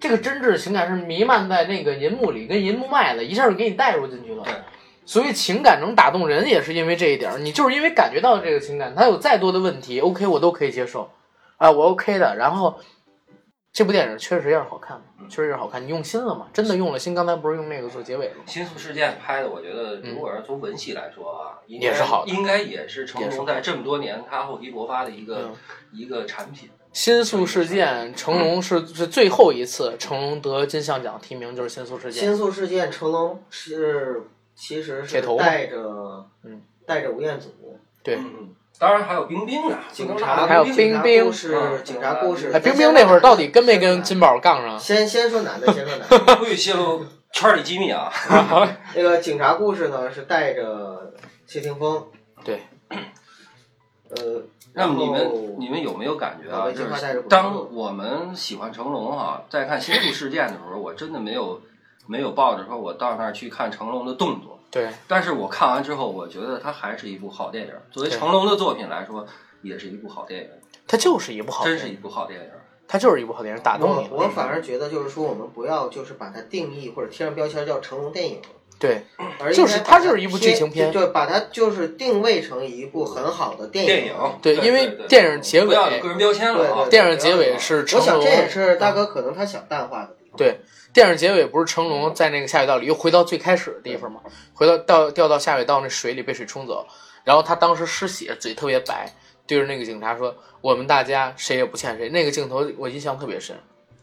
这个真挚的情感是弥漫在那个银幕里跟银幕外的，一下就给你带入进去了
对。
所以情感能打动人，也是因为这一点儿。你就是因为感觉到这个情感，它有再多的问题，OK，我都可以接受，啊，我 OK 的。然后这部电影确实也是好看，确实也是好看。你用心了吗？真的用了心。刚才不是用那个做结尾了吗？
新宿事件拍的，我觉得如果是从文戏来说啊，应该
也是好的
应该也是成
也是好
龙在这么多年他厚积薄发的一个
嗯
一个产品。
新宿事件，成龙是是最后一次成龙得金像奖提名，就是新宿事件。
新宿事件，成龙是其实
铁
是
头嘛
带着
嗯
带着吴彦祖，
对，
嗯，当然还有冰冰啊，
警
不能
察
拿
还有冰
警察
冰
故事，警察故事。
哎，冰冰那会儿到底跟没跟金宝杠上？啊
先先说男的，先说
(laughs)
男的。
不许泄露圈里机密啊！
那个警察故事呢是带着谢霆锋，
对，
呃，
那么你
然后
们你们有没有感觉
老
啊？
白
就
金花带着
是
骨头
当我们喜欢成龙啊，在看《新宿事件》的时候，我真的没有没有抱着说我到那儿去看成龙的动作，
对，
但是我看完之后，我觉得它还是一部好电影。作为
对
成龙的作品来说，也是一部好电影，
他就是一部好电
真是一
影，
部好电影。
他就是一部好电影，打动你
我
了。
我反而觉得就是说，我们不要就是把它定义或者贴上标签叫成龙电影，
对，
而
就是
应该把
它就是一部
贴
剧情片
就就把它就是定位成一部很好的电
电影
对因为电影结尾
不要有个人标签了啊
对对！对
电影结尾是成
我想
龙啊
这，也是大哥可能他想淡化的。
对，电影结尾不是成龙在那个下水道里又回到最开始的地方吗？回到掉掉到下水道那水里被水冲走，然后他当时失血，嘴特别白，对着那个警察说：“我们大家谁也不呃欠谁。”那个镜头我印象特别深，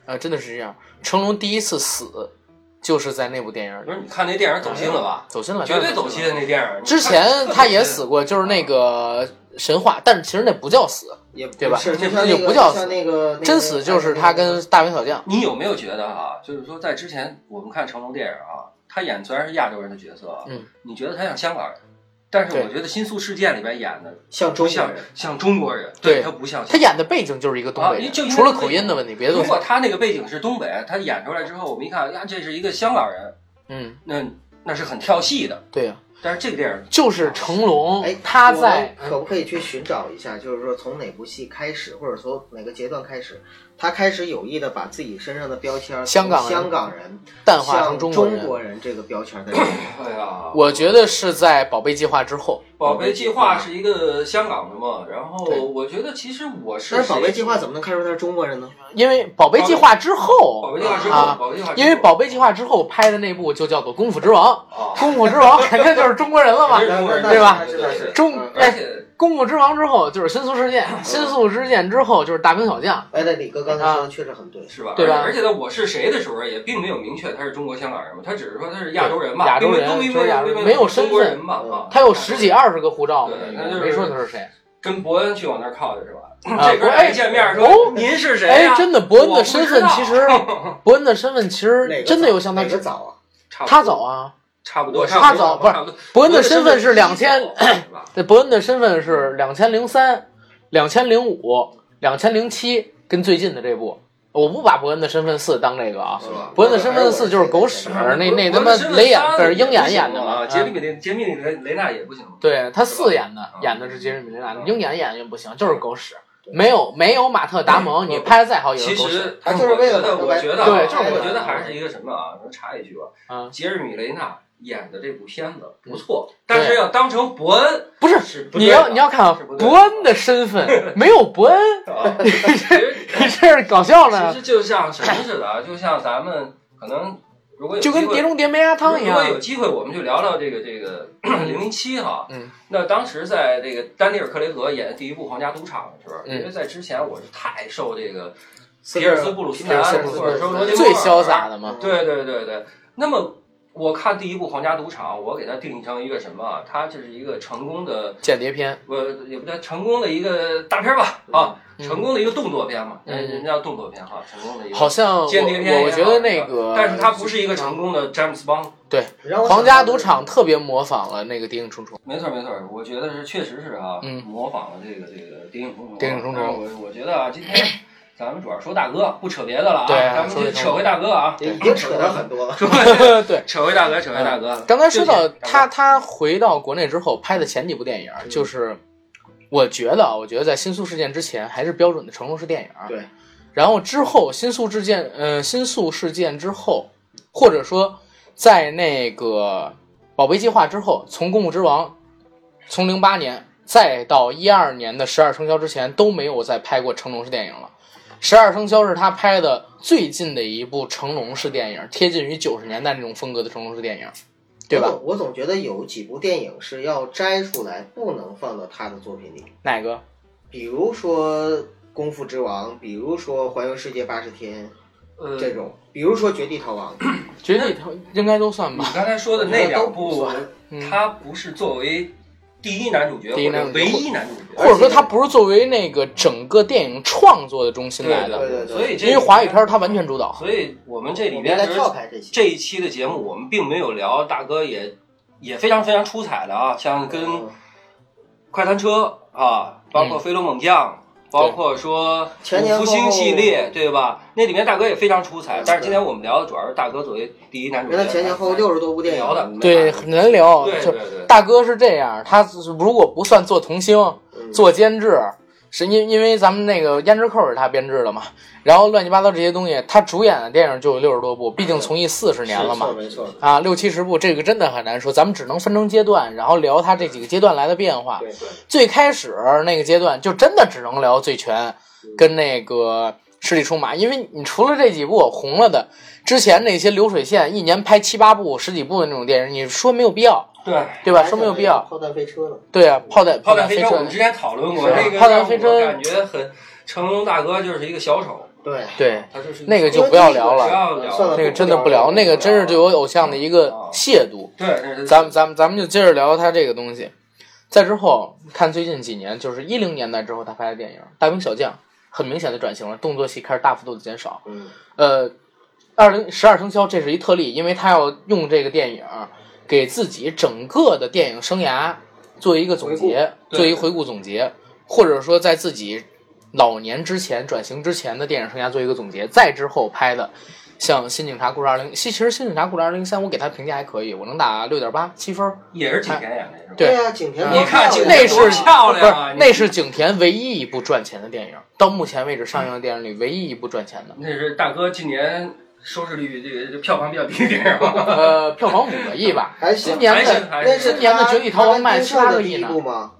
啊、真的是这样。成龙第一次死，就是在那部电影里
不是你看那电影走心了吧？
走心了，
绝对
当
走
然
心。那电影。
之前他也死过，就是那个神话，但是其实那不叫死，
也
对吧
是就像
也
那个
不叫死
像那个哎
真死就是他跟大明小将。
你有没有觉得啊？就是说，在之前我们看成龙电影啊，他演虽然是亚洲人的角色啊，
嗯，
你觉得他像香港人，但是
对
我觉得《新宿事件》里边演的
像
不
中
像
国人，
像中国人，
对
他不像
他演的背景就是一个东北
啊就因
人，除
为
了口音的问题，别的
如
东西
果。他那个背景是东北，他演出来之后，我们一看啊呀，这是一个香港人，
嗯，
那那是很跳戏的。
对啊呀，
但是这个电影
就是成
嗯
龙
哎，
他
我
在
可不可以去寻找一下，就是说从哪部戏开始，或者从哪个阶段开始，他开始有意的把自己身上的标签儿从
香港人
香港人
淡化成
向
中国
国
人。
人这个标签儿在里面。
(laughs) 哎呀，
我觉得是在《宝贝计划》之后，
宝贝计划是一个香港的嘛，然后
对
我觉得其实我是
但是宝贝
谁
计划怎么能看出他是中国人呢？
因为《宝贝计划》之
宝
后
贝计划之后，
啊
宝贝计划之后
因为《宝贝计划》之后拍的那部就叫做《功夫之王》， (laughs)
啊
《功夫之王》肯定就是中国人了嘛
肯。定是中国人
那
对吧
那是那是
中
嗯
而且
《功夫之王》之后就是《新宿事件》，《新宿事件》之后就是《大兵小将》。
哎，那李哥刚才说的确实很对，
是吧？
对吧
而且在我是谁的时候，也并没有明确他是中国香港人嘛，他只是说他是亚洲人嘛，
亚洲人
并没有
就是亚洲人
并
没
没
有身份
中国人嘛
嗯
啊。
他有十几二十个护照呢，
对那就是
没说他是谁。
跟伯恩去往那儿靠的是吧？
啊
(laughs) 这边
哎
儿一见面
哦
说您是谁呀
哎，？真的，伯恩
我
的
不
身
知
份
道
其实，伯恩的身份其
哪
实
个
真的
早
有像他
哪个早啊？
差不多
他早啊。
差不多，
他早不是
差
(clears throat)
不多
伯恩的身份是两千，
是吧
对，伯恩的身份是两千零三、两千零五、两千零七，跟最近的这部，我不把伯恩的身份四当这个啊。
是吧？
伯恩的身份四就是狗屎，
啊
那那他
伯恩
妈
的身份
雷眼
仨
不是
也
鹰眼演
不
的嗯哦
行
嘛
啊，？杰里米雷杰米雷雷纳也不行嘛。
对他四演的
啊，
演的是杰瑞米雷纳
嗯，
鹰眼演员不行，就是狗屎，没有没有马特达蒙，
嗯
你拍的再好也
其
是狗屎。
实
他啊就是为了
我觉得，
对
我
就是
觉得啊，
为了
我觉得还是一个什么啊？能插一句吧，
啊，嗯
杰瑞米雷纳演的这部片子不错，但是要当成伯恩
不是
是不
你
对的
要你要看啊
是不，对的
伯恩的身份
(laughs)
没有伯恩，
啊其
(laughs)
实
你这是搞笑
其
呢，
实就像什么似的啊，就像咱们可能如果有
就跟
机
《
会
碟中谍》梅鸭汤一
如果有
样。
机会，我们就聊聊这个这个零零七哈。
嗯，
那当时在这个丹尼尔·克雷格演第一部《皇家赌场》的时候，
嗯
因为在之前我是太受这个
斯
皮尔斯·布鲁斯
皮尔
南
斯布鲁斯
或者说罗杰·
最
摩尔
潇洒的嘛，
对对对对。那么我看第一部《皇家赌场》，我给它定义成一个什么啊？它就是一个成功的
间谍片，
我也不叫成功的一个大片吧，啊，
嗯
成功的一个动作片嘛，
嗯
人人叫动作片哈，成功的一个
好像我
间谍片也好。
我我觉得那个，嗯
但是它不是一个成功的詹姆斯邦。
让我想到
皇家赌场特别模仿了那个《谍影重
(laughs)
重》，
没错没错，我觉得是确实是啊，
嗯
模仿了这个这个谍影重重啊。
谍影重重
但是我我觉得啊，
(coughs)
今天咱们主要说大哥，不扯别的了啊，
对啊
咱们
说
就
这
扯回大哥啊，
已经扯得很多了。
扯回
对。嗯
扯回大哥，扯回大哥。
刚才说到
对不起
他，他回到国内之后拍的前几部电影，就是我觉得，啊，我觉得在《新宿事件》之前还是标准的成龙式电影。
对。
然后之后《新宿事件》，呃，《新宿事件》之后，或者说在那个《宝贝计划》之后，从《功夫之王》，从零八年再到一二年的《十二生肖》之前，都没有再拍过成龙式电影了。《十二生肖》是他拍的最近的一部成龙式电影，贴近于九十年代那种风格的成龙式电影，
(laughs)
对吧
我？总我总觉得有几部电影是要摘出来，不能放到他的作品里，
哪个？
比如说《功夫之王》，比如说《环游世界八十天》
呃，
这种，比如说《绝地逃
(clears throat)
亡》
绝地逃应该都算
你
吧。
刚才说的那两
我觉得都不
部
算，
嗯，
他不是作为第一男主角
第一
或
男
者
主角
唯一男主
嗯
角，
或者说他不是作为那个整个电影创作的中心来
对
的，
对对对
所以这
因为华语片儿他完全主导。
所以我们这里
我
边
们来
其实
跳开这些。
这一期的节目，我们并没有聊大哥也也非常非常出彩的啊，像跟
嗯
快餐车啊，包括飞龙猛
嗯
将，包括说
前前
五
后
福
后
星系列，对吧？那里面大哥也非常出彩
对，
但是今天我们聊的主要是大哥作为第一男主
原
角，
来前前后后六十多部电影
聊的
没
对，
法
很难聊。
对
就
对对，
大哥是这样，他如果不算做童星、
嗯
做监制，是因因为咱们那个胭脂扣是他编制的嘛，然后乱七八糟这些东西，他主演的电影就有六十多部，毕竟从艺四十年了嘛。
没错没错，
啊，六七十部，这个真的很难说，咱们只能分成阶段，然后聊他这几个阶段来的变
啊
化。
对对，
最开始那个阶段，就真的只能聊《醉拳》
嗯
跟那个《十里出马》，因为你除了这几部红了的，之前那些流水线一年拍七八部、十几部的那种电影，你说没有必要，
对。
对吧？说没有必要。
炮弹飞车呢，
对啊，炮弹
炮
弹
弹飞
飞
车，我
车
们之前讨论过，
是啊
那个
炮弹
让
飞
我
车
感觉很成龙大哥就是一个小丑，
对，呃
对，
他说是
那个就不要聊了
不要聊
算了
了
那个真的不聊，那个真是对我偶像的一个亵渎。
对，那是
咱们咱们咱们就接着聊他这个东西。再之后看最近几年，就是一零年代之后他拍的电影《大兵小将》，很明显的转型了，动作戏开始大幅度的减少。
嗯，
呃，二零十二生肖这是一特例，因为他要用这个电影给自己整个的电影生涯做一个总结，
对
做一个回顾总结，或者说在自己老年之前转型之前的电影生涯做一个总结，再之后拍的。像《新警察故事二零》，其实《新警察故事二零三》，我给他评价还可以，我能打六点八七分儿。
也是景甜演的，是吧？
对
呀，啊景甜
你
多
看
漂
景
亮，
那
甜多
是
漂
不是
亮啊，，你
那是景甜唯一一部赚钱的电影，到目前为止上映的电影里唯一一部赚钱的。
那是大哥今年收视率这个这票房比较低的电影，
呃，票房五个亿吧，
还
今
行。
年
还
的
行还
那是
行。
今年的
他
绝地逃亡卖
他
18个
跟丁晟的
亿
第一
呢
部吗？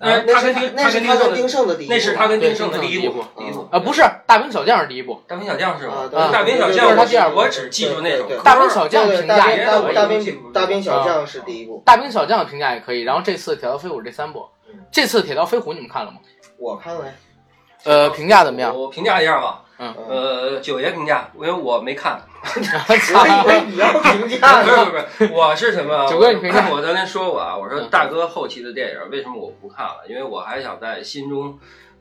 呃，
那
他
是
跟丁，
那是
跟
他跟
丁
丁
晟的，
晟的第一部吗，
那是他跟丁晟的
对
第一
丁晟的第一
部，
部
第一部
啊，不是《大兵小将》是第一部，
大兵小将是
啊
吗？
对
大兵小
对
将
这是他
我
第二部
我只记住那
对
首
对
歌。
对
大兵小将
对对
评价
大
也
兵
可以
大
我记不住
兵大兵小将是第一
《
部，
大兵小将》的评价也可以。然后这次《铁道飞虎》这三部
嗯，
这次《铁道飞虎》你们看了吗？
我看了呀。
呃，评价怎么 (laughs) 样？
我评价一下吧，
嗯，
呃，九爷评价，因为我没看，
(laughs) 我以为你要评价
不是
呢。
不是不是，我是什么啊？
九哥你评价
我当天说过啊，我
嗯
说大哥后期的电影为什么我不看了？因为我还想在心中，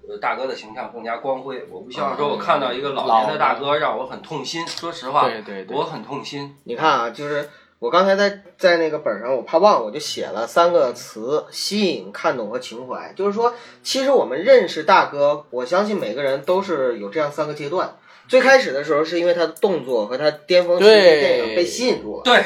呃，大哥的形象更加光辉。我不希望说我看到一个老年的大哥让我很痛心。说实话，
对对对
我很痛心。
你看啊，就是我刚才在在那个本上，我怕忘，我就写了三个词：吸引、看懂和情怀。就是说，其实我们认识大哥，我相信每个人都是有这样三个阶段。最开始的时候，是因为他的动作和他巅峰时期的
对
电影被吸引住了。
对，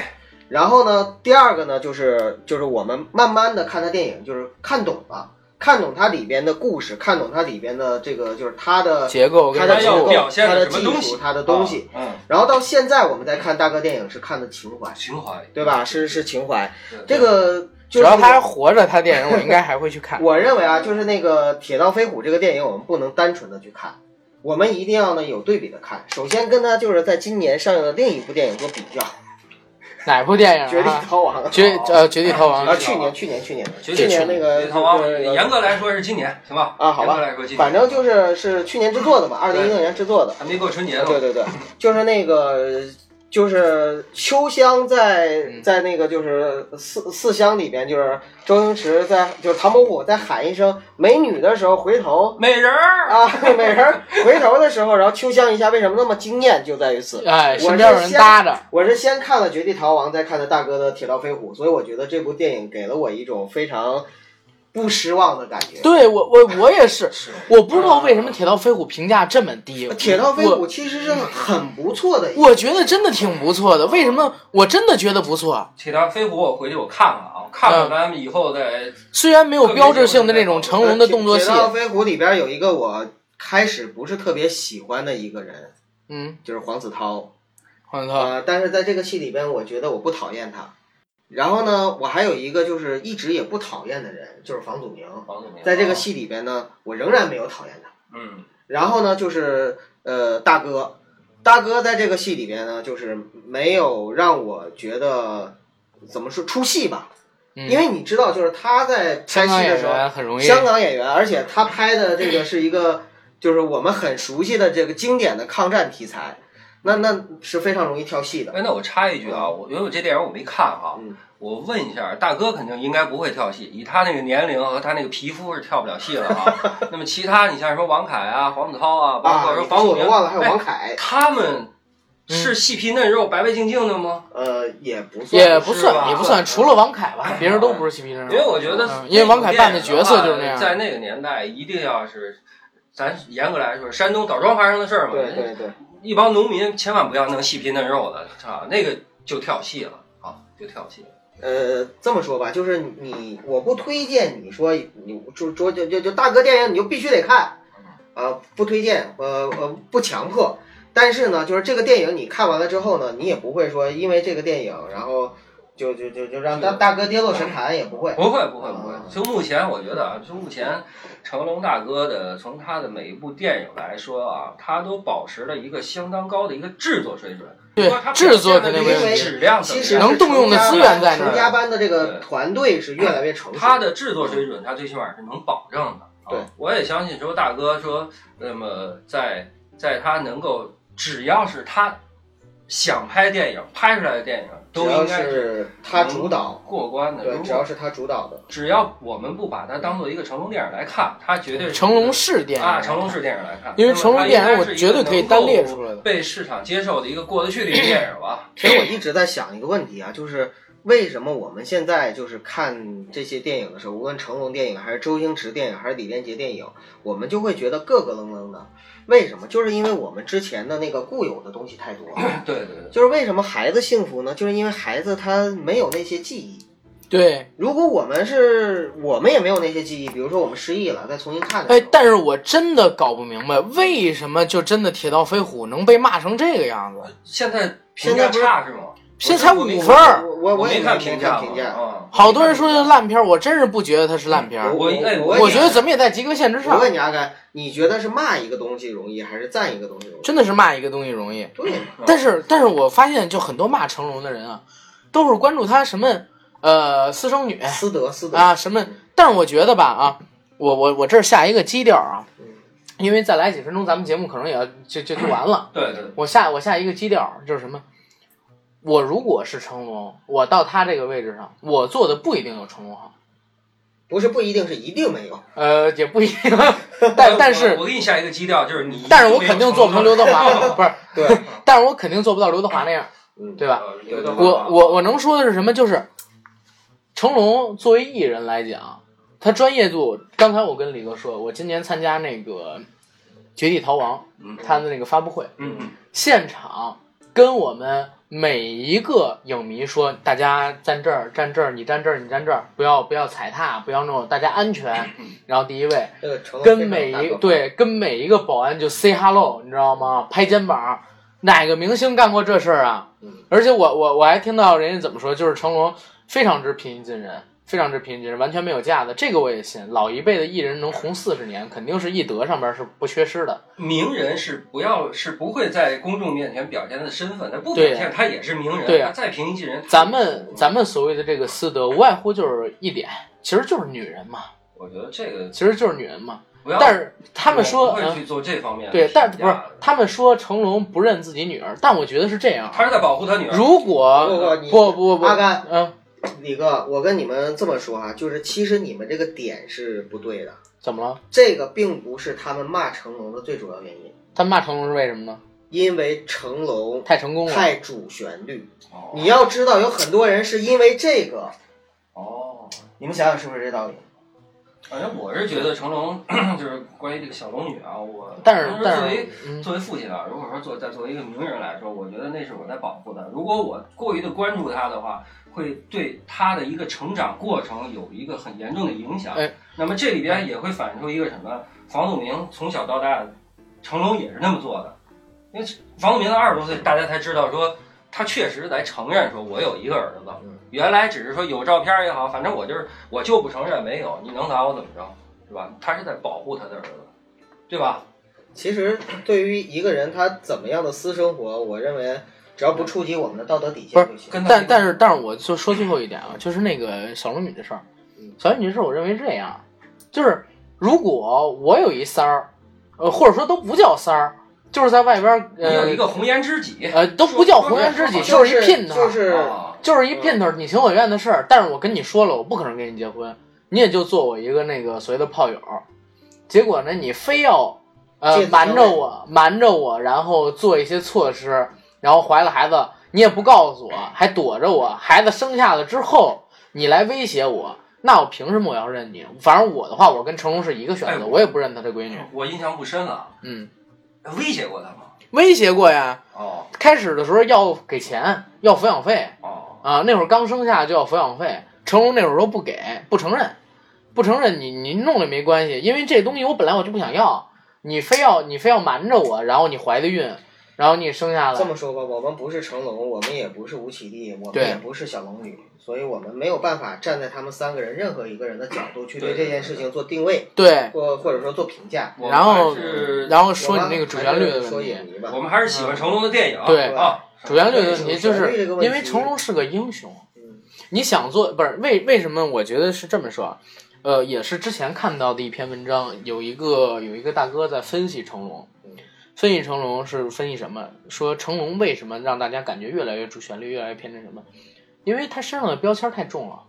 然后呢，第二个呢，就是就是我们慢慢的看他电影，就是看懂了，看懂它里边的故事，看懂它里边的这个就是它的
结构跟
它
他
的
人
结
要
构、
表现
它
的
的
什么
技
东
术、
西
它的东西。
啊嗯，
然后到现在我们再看大哥电影是看的情怀，
情怀，
对吧？是是情怀，
对
这个
只
就是
要他还活着，他电影我应该还会去看。
我认为啊，就是那个《铁道飞虎》这个电影，我们不能单纯的去看，我们一定要呢有对比的看。首先跟它就是在今年上映的另一部电影做比较，
啊
哪部电
《
影
绝地
啊？
逃亡》
绝呃《绝地逃亡
啊，》
绝地
去年去年去年
绝
去
地
年那个
逃亡，
就是
严格来说是今年，行吧？
啊好吧
严格来说今年，
反正就是是去年制作的吧，二零一六年制作的。
还没过春节呢。
对
(laughs)
对对，就是那个就是秋香在
嗯
在那个就是四四香里边，就是周星驰在就是唐伯虎在喊一声美女的时候回头 (laughs)
美人儿，
啊，美人儿回头的时候，然后秋香一下为什么那么惊艳，就在于
(laughs)
此。
哎，
我
身边有人搭着，
我是先看了《绝地逃亡》，再看的大哥的《铁道飞虎》，所以我觉得这部电影给了我一种非常不失望的感觉。
对我我我也是，
是
我不知道为什么《铁道飞虎》评价这么低。
铁道飞
我
虎其实是很不错的一
我觉得真的挺不错的，为什么？我真的觉得不错，
铁达飞虎，我回去我看看啊，看看
嗯
咱们以后再
虽然没有标志性的那种成龙的动作戏
铁，道飞虎里边有一个我开始不是特别喜欢的一个人，
嗯，
就是黄子韬。
黄涛，
呃，但是在这个戏里边，我觉得我不讨厌他。然后呢，我还有一个就是一直也不讨厌的人，就是房祖名。
哦
王祖明
在这个，戏里边呢，我仍然没有讨厌他。
啊嗯，
然后呢，就是呃大哥，大哥在这个戏里边呢，就是没有让我觉得怎么说出戏吧，
嗯
因为你知道，就是他在拍
香港
戏的
演
时候，
员很容易，
香港演员，而且他拍的这个是一个， (laughs) 就是我们很熟悉的这个经典的抗战题材，那那是非常容易跳戏的。
哎，那我插一句啊，我因为我这电影我没看啊，
嗯
我问一下，大哥肯定应该不会跳戏，以他那个年龄和他那个皮肤是跳不了戏了
(laughs)
啊。那么其他，你像什么王凯啊、黄子韬啊，包
啊，
括
你
说
说
房祖
我
名，
都忘了，还有王
哎，
凯，嗯
他们是细皮嫩肉、白白净净的吗？
呃，也不算，啊
也不
是吧
算也不算，除了王凯吧，
嗯
别人都不是嬉皮人。
因为我觉得啊
嗯，因为王凯扮的角色就是那样
在那个年代一定要是。咱严格来说，山东枣庄发生的事儿嘛，
对对对，
一帮农民千万不要弄细皮嫩肉的，操，那个就跳戏了啊，就跳戏了。
呃，这么说吧，就是你，我不推荐你说你就就就就就大哥电影你就必须得看，啊，不推荐，呃呃，不强迫。但是呢，就是这个电影你看完了之后呢，你也不会说因为这个电影，然后就就就就让大大哥跌落神坛，也不会。
不会不会不会
啊，
就目前我觉得啊，就目前成龙大哥的从他的每一部电影来说啊，他都保持了一个相当高的一个制作水准。
对
不过他表现
制作
的
肯定
那
没
个
问题
质量怎
其
么
实
样
能动用的资源在那儿
成家班的这个
对
团队是越来越成熟。
他的制作水准，他最起码是能保证的。
对
啊，我也相信说大哥说，那么在在他能够只要是他想拍电影拍出来的电影，都
只要
应该是
是他主导，
过关的。
对，
如
只要
果
是他主导的，
只要我们不把它当做一个成龙电影来看，它绝对是
成龙式电影
啊，成龙式电影来看，
因为
那么
成龙
它
电
应
影
该
我
是一
绝对
个
可以
能
单
够
列出来的。
被市场接受的一个过得去的一个电
(clears throat)
影吧。
其实我一直在想一个问题啊，就是为什么我们现在就是看这些电影的时候，无论成龙电影还是周星驰电影还是李连杰电影，我们就会觉得咯咯楞楞的？为什么？就是因为我们之前的那个固有的东西太多
(coughs)
了。
对对对，
就是为什么孩子幸福呢？就是因为孩子他没有那些记忆。
对，
如果我们是我们也没有那些记忆，比如说我们失忆了，再重新看的
哎
时候，，
但是我真的搞不明白，为什么就真的《铁道飞虎》能被骂成这个样子？
现在评价
现在不是
差是吗？
现在才
我没
五分儿，
我我
我
也
没
没
看
评
价，
评价。啊
啊，
好多人说这烂片儿，我真是不觉得它是烂片儿，
我哎
我
我
我
觉得怎么也在及格线之
我
上。
问你阿甘，你觉得是骂一个东西容易，还是赞一个东西容易？
真的是骂一个东西容易，
对，
但是但是我发现就很多骂成龙的人啊，都是关注他什么呃私生女
私德私德
啊什么，但是我觉得吧啊，我我我这儿下一个基调啊，因为再来几分钟咱们节目可能也要就就就完了，
对对，
我下我下一个基调就是什么？我如果是成龙，我到他这个位置上，我做的不一定有成龙好，
不是不一定是一定没有，
呃，也不一定， (laughs)
我
但但是
我给你下一个基调，就是你，
但是我肯定做不成刘德华，不是， (laughs)
对，
但是我肯定做不到刘德华那样，
嗯，
对吧？
呃刘德华，
我我我能说的是什么？就是成龙作为艺人来讲，他专业度，刚才我跟李哥说，我今年参加那个《绝地逃亡
嗯》
他的那个发布会，
嗯嗯
现场跟我们每一个影迷说，大家站这儿，站这儿，你站这儿，你站这儿，不要不要踩踏，不要弄，大家安
(clears throat)
全。然后第一位
这个成龙
跟
非常
每
大
一
方
对跟每一个保安就 say hello，你知道吗？拍肩膀，哪个明星干过这事儿啊
嗯？
而且我我我还听到人家怎么说，就是成龙非常之平易近人，非常之平易近人，完全没有架子。这个我也信，老一辈的艺人能红四十年，肯定是艺德上边是不缺失的。
名人是不要是不会在公众面前表现他的身份，他不表
对
现他也是名人，
对呀
他再平易近人。
咱们咱们所谓的这个私德，无外乎就是一点，其实就是女人嘛，
我觉得这个
其实就是女人嘛。
不要，
但是他们说，
我不会
嗯
去做这方面的
对，但
评
不是
价的
他们说成龙不认自己女儿，但我觉得是这样啊。
他是在保护他女儿。
如果
不你
不不不，
阿甘
嗯，
李哥，我跟你们这么说啊，就是其实你们这个点是不对的，
怎么了？
这个并不是他们骂成龙的最主要原因，
他骂成龙是为什么呢？
因为成龙
太成功了。
太主旋律。
哦
你要知道，有很多人是因为这个，
哦，
你们想想是不是这道理？
反正我是觉得成龙 (clears throat) 就是关于这个小龙女啊，我
但是
我作
但
为
是，嗯，
作为父亲啊，如果说作在作为一个名人来说，我觉得那是我在保护他。如果我过于的关注他的话，会对他的一个成长过程有一个很严重的影响。
哎
那么这里边也会反映出一个什么？房祖名从小到大，成龙也是那么做的。因为房祖名到二十多岁，大家才知道说他确实来承认说我有一个儿子
嗯。
原来只是说有照片也好，反正我就是我就不承认没有，你能拿我怎么着？是吧？他是在保护他的儿子，对吧？
其实对于一个人他怎么样的私生活，我认为只要不触及我们的道德底线就行。
跟他
但但是但是，我就说最后一点啊，就是那个小龙女的事儿
嗯。
小龙女的事儿，我认为是这样，就是如果我有一三儿，呃，或者说都不叫三儿，就是在外边儿
你有一
呃
个红颜知己，
呃都不叫红颜知己，
就是
一姘头，
就是
啊
就是一姘头，你情我愿的事儿。但是我跟你说了，我不可能跟你结婚，你也就做我一个那个所谓的炮友。结果呢，你非要呃
借此
瞒着
消费
我，瞒着我，然后做一些措施，然后怀了孩子，你也不告诉我，还躲着我。孩子生下了之后，你来威胁我，那我凭什么我要认你？反正我的话，我跟成龙是一个选择，
哎
我也不认他这闺女。
我印象不深了，
嗯，
威胁过他吗？
威胁过呀，
哦
开始的时候要给钱，要抚养费。
哦，
啊，那会儿刚生下就要抚养费，成龙那会儿说不给，不承认，不承认你你弄了没关系，因为这东西我本来我就不想要，你非要你非要瞒着我，然后你怀的孕，然后你生下
这
来，
么说吧，我们不是成龙，我们也不是吴绮莉，我们
对
也不是小龙女，所以我们没有办法站在他们三个人任何一个人的角度去对这件事情做定位，
对，
或或者说做评价。
我们
然后
还是
然后
我
说你
们
那个主
还
旋律
是
的
说
问题，
影迷吧
我，们还是喜欢成龙的电影，
对
啊，
主旋律的问题就
主旋律
是
这个问题
因为成龙是个英雄
嗯，
你想做不是为为什么？我觉得是这么说啊，呃，也是之前看到的一篇文章，有一个有一个大哥在分析成龙
嗯，
所以成龙是分析什么？说成龙为什么让大家感觉越来越主旋律，越来越偏执什么？因为他身上的标签太重了。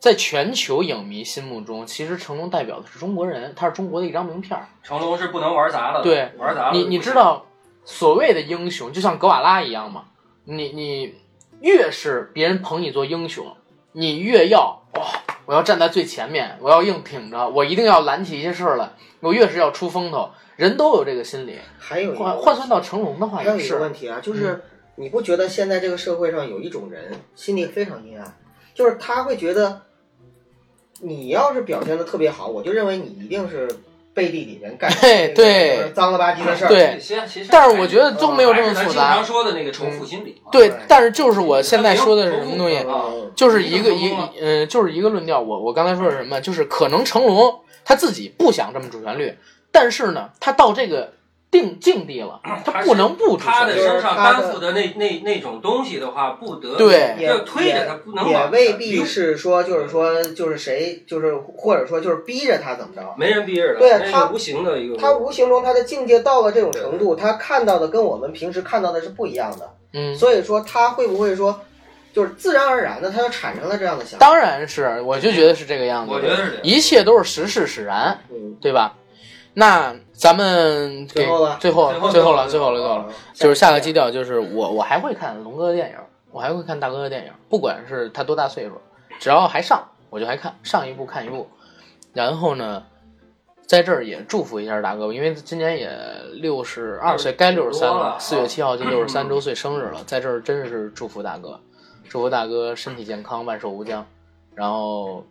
在全球影迷心目中，其实成龙代表的是中国人，他是中国的一张名片儿。
成龙是不能玩砸的，
对
玩砸了
你
就
你
不
知
行，
道，所谓的英雄就像格瓦拉一样嘛，你你越是别人捧你做英雄，你越要哇、我要站在最前面，我要硬挺着，我一定要揽起一些事儿来，我越是要出风头，人都有这个心理。
还有一
换
个
换算到成龙的话
还
也
有一个
是嗯
问，题啊，就是你不觉得现在这个社会上有一种人心里非常阴暗，就是他会觉得，你要是表现的特别好，我就认为你一定是背地里面干
对对
就是脏了吧唧的事儿。
对
其实其实
但是我觉得都没有这么
还是咱
复
经常
杂。
说的那个仇富心理嘛，
对，但是就是我现在说的是什么东西，
嗯，
就是一个一
成功了
呃，就是一个论调。我我刚才说的是什么？就是可能成龙他自己不想这么主旋律，但是呢，他到这个定境地了，他不能不主
嗯他
旋
的
律。
身上担负的那那那种东西的话，不得
对
也
要推着他不能往
也
下
未必
溜
是说就是说就是谁就是或者说就是逼着他怎么着。
没人逼着的，
对
那是
他
无形的一个。
他无形中他的境界到了这种程度，他看到的跟我们平时看到的是不一样的，
嗯，
所以说他会不会说，就是自然而然的他就产生了这样的想法。
当然是，我就觉得是这个样子。
我觉得是这样
一切都是时势使然，
嗯，
对吧？那咱们给
最后了
最后
最后
最后
了哦
了，最后了，最后了。就是下个基调，就是我我还会看龙哥的电影，我还会看大哥的电影，不管是他多大岁数，只要还上我就还看，上一部看一部。然后呢，在这儿也祝福一下大哥，因为今年也六十二岁，该六十三
多了
了嗯
啊，
四月七号就六十三周岁生日了，在这儿真是祝福大哥，祝福大哥身体健康，万寿无疆。然后，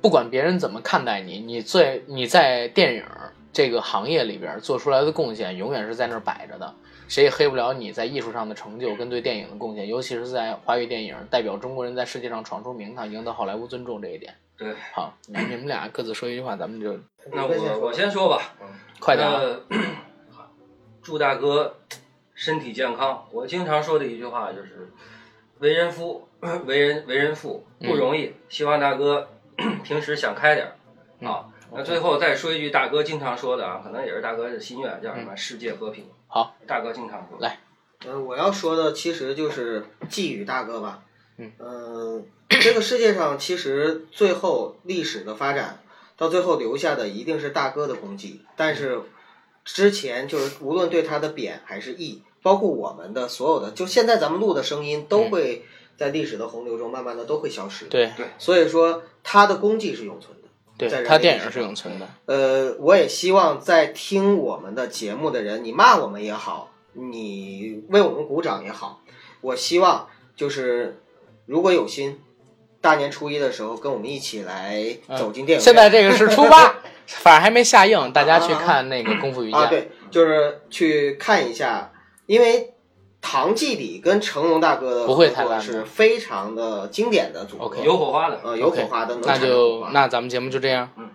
不管别人怎么看待你，你最你在电影这个行业里边做出来的贡献，永远是在那儿摆着的，谁也黑不了你在艺术上的成就跟对电影的贡献，尤其是在华语电影代表中国人在世界上闯出名堂，赢得好莱坞尊重这一点。
对，
好，你你们俩各自说一句话，咱们就
那我我先说吧，
快点啊。
呃，祝大哥身体健康。我经常说的一句话就是，为人夫，为人为人父
嗯
不容易，希望大哥 (clears throat) 平时想开点儿
嗯
啊。那最后再说一句，大哥经常说的啊，可能也是大哥的心愿，叫什么？世界和平。
嗯好，
大哥经常说。
来
呃，我要说的其实就是寄语大哥吧。
嗯
呃，这个世界上其实最后历史的发展，到最后留下的一定是大哥的功绩。但是之前就是无论对他的贬还是义，包括我们的所有的，就现在咱们录的声音，都会在历史的洪流中慢慢的都会消失。
对
所以说他的功绩是永存的。在
对，
人
他
类
电
历
影
史
是永存的。
呃，我也希望在听我们的节目的人，你骂我们也好，你为我们鼓掌也好，我希望就是如果有心，大年初一的时候跟我们一起来走进电影院。
啊现在这个是初八，
(laughs)
反正还没下映，大家去看那个《功夫瑜伽
啊，》。对，就是去看一下，因为唐季礼跟成龙大哥的
不会
合
太
作
烂的
是非常的经典的组合
OK
有火花的，
呃，有
OK，
火花的，能
那
产生火
就
花
那咱们节目就这样，
嗯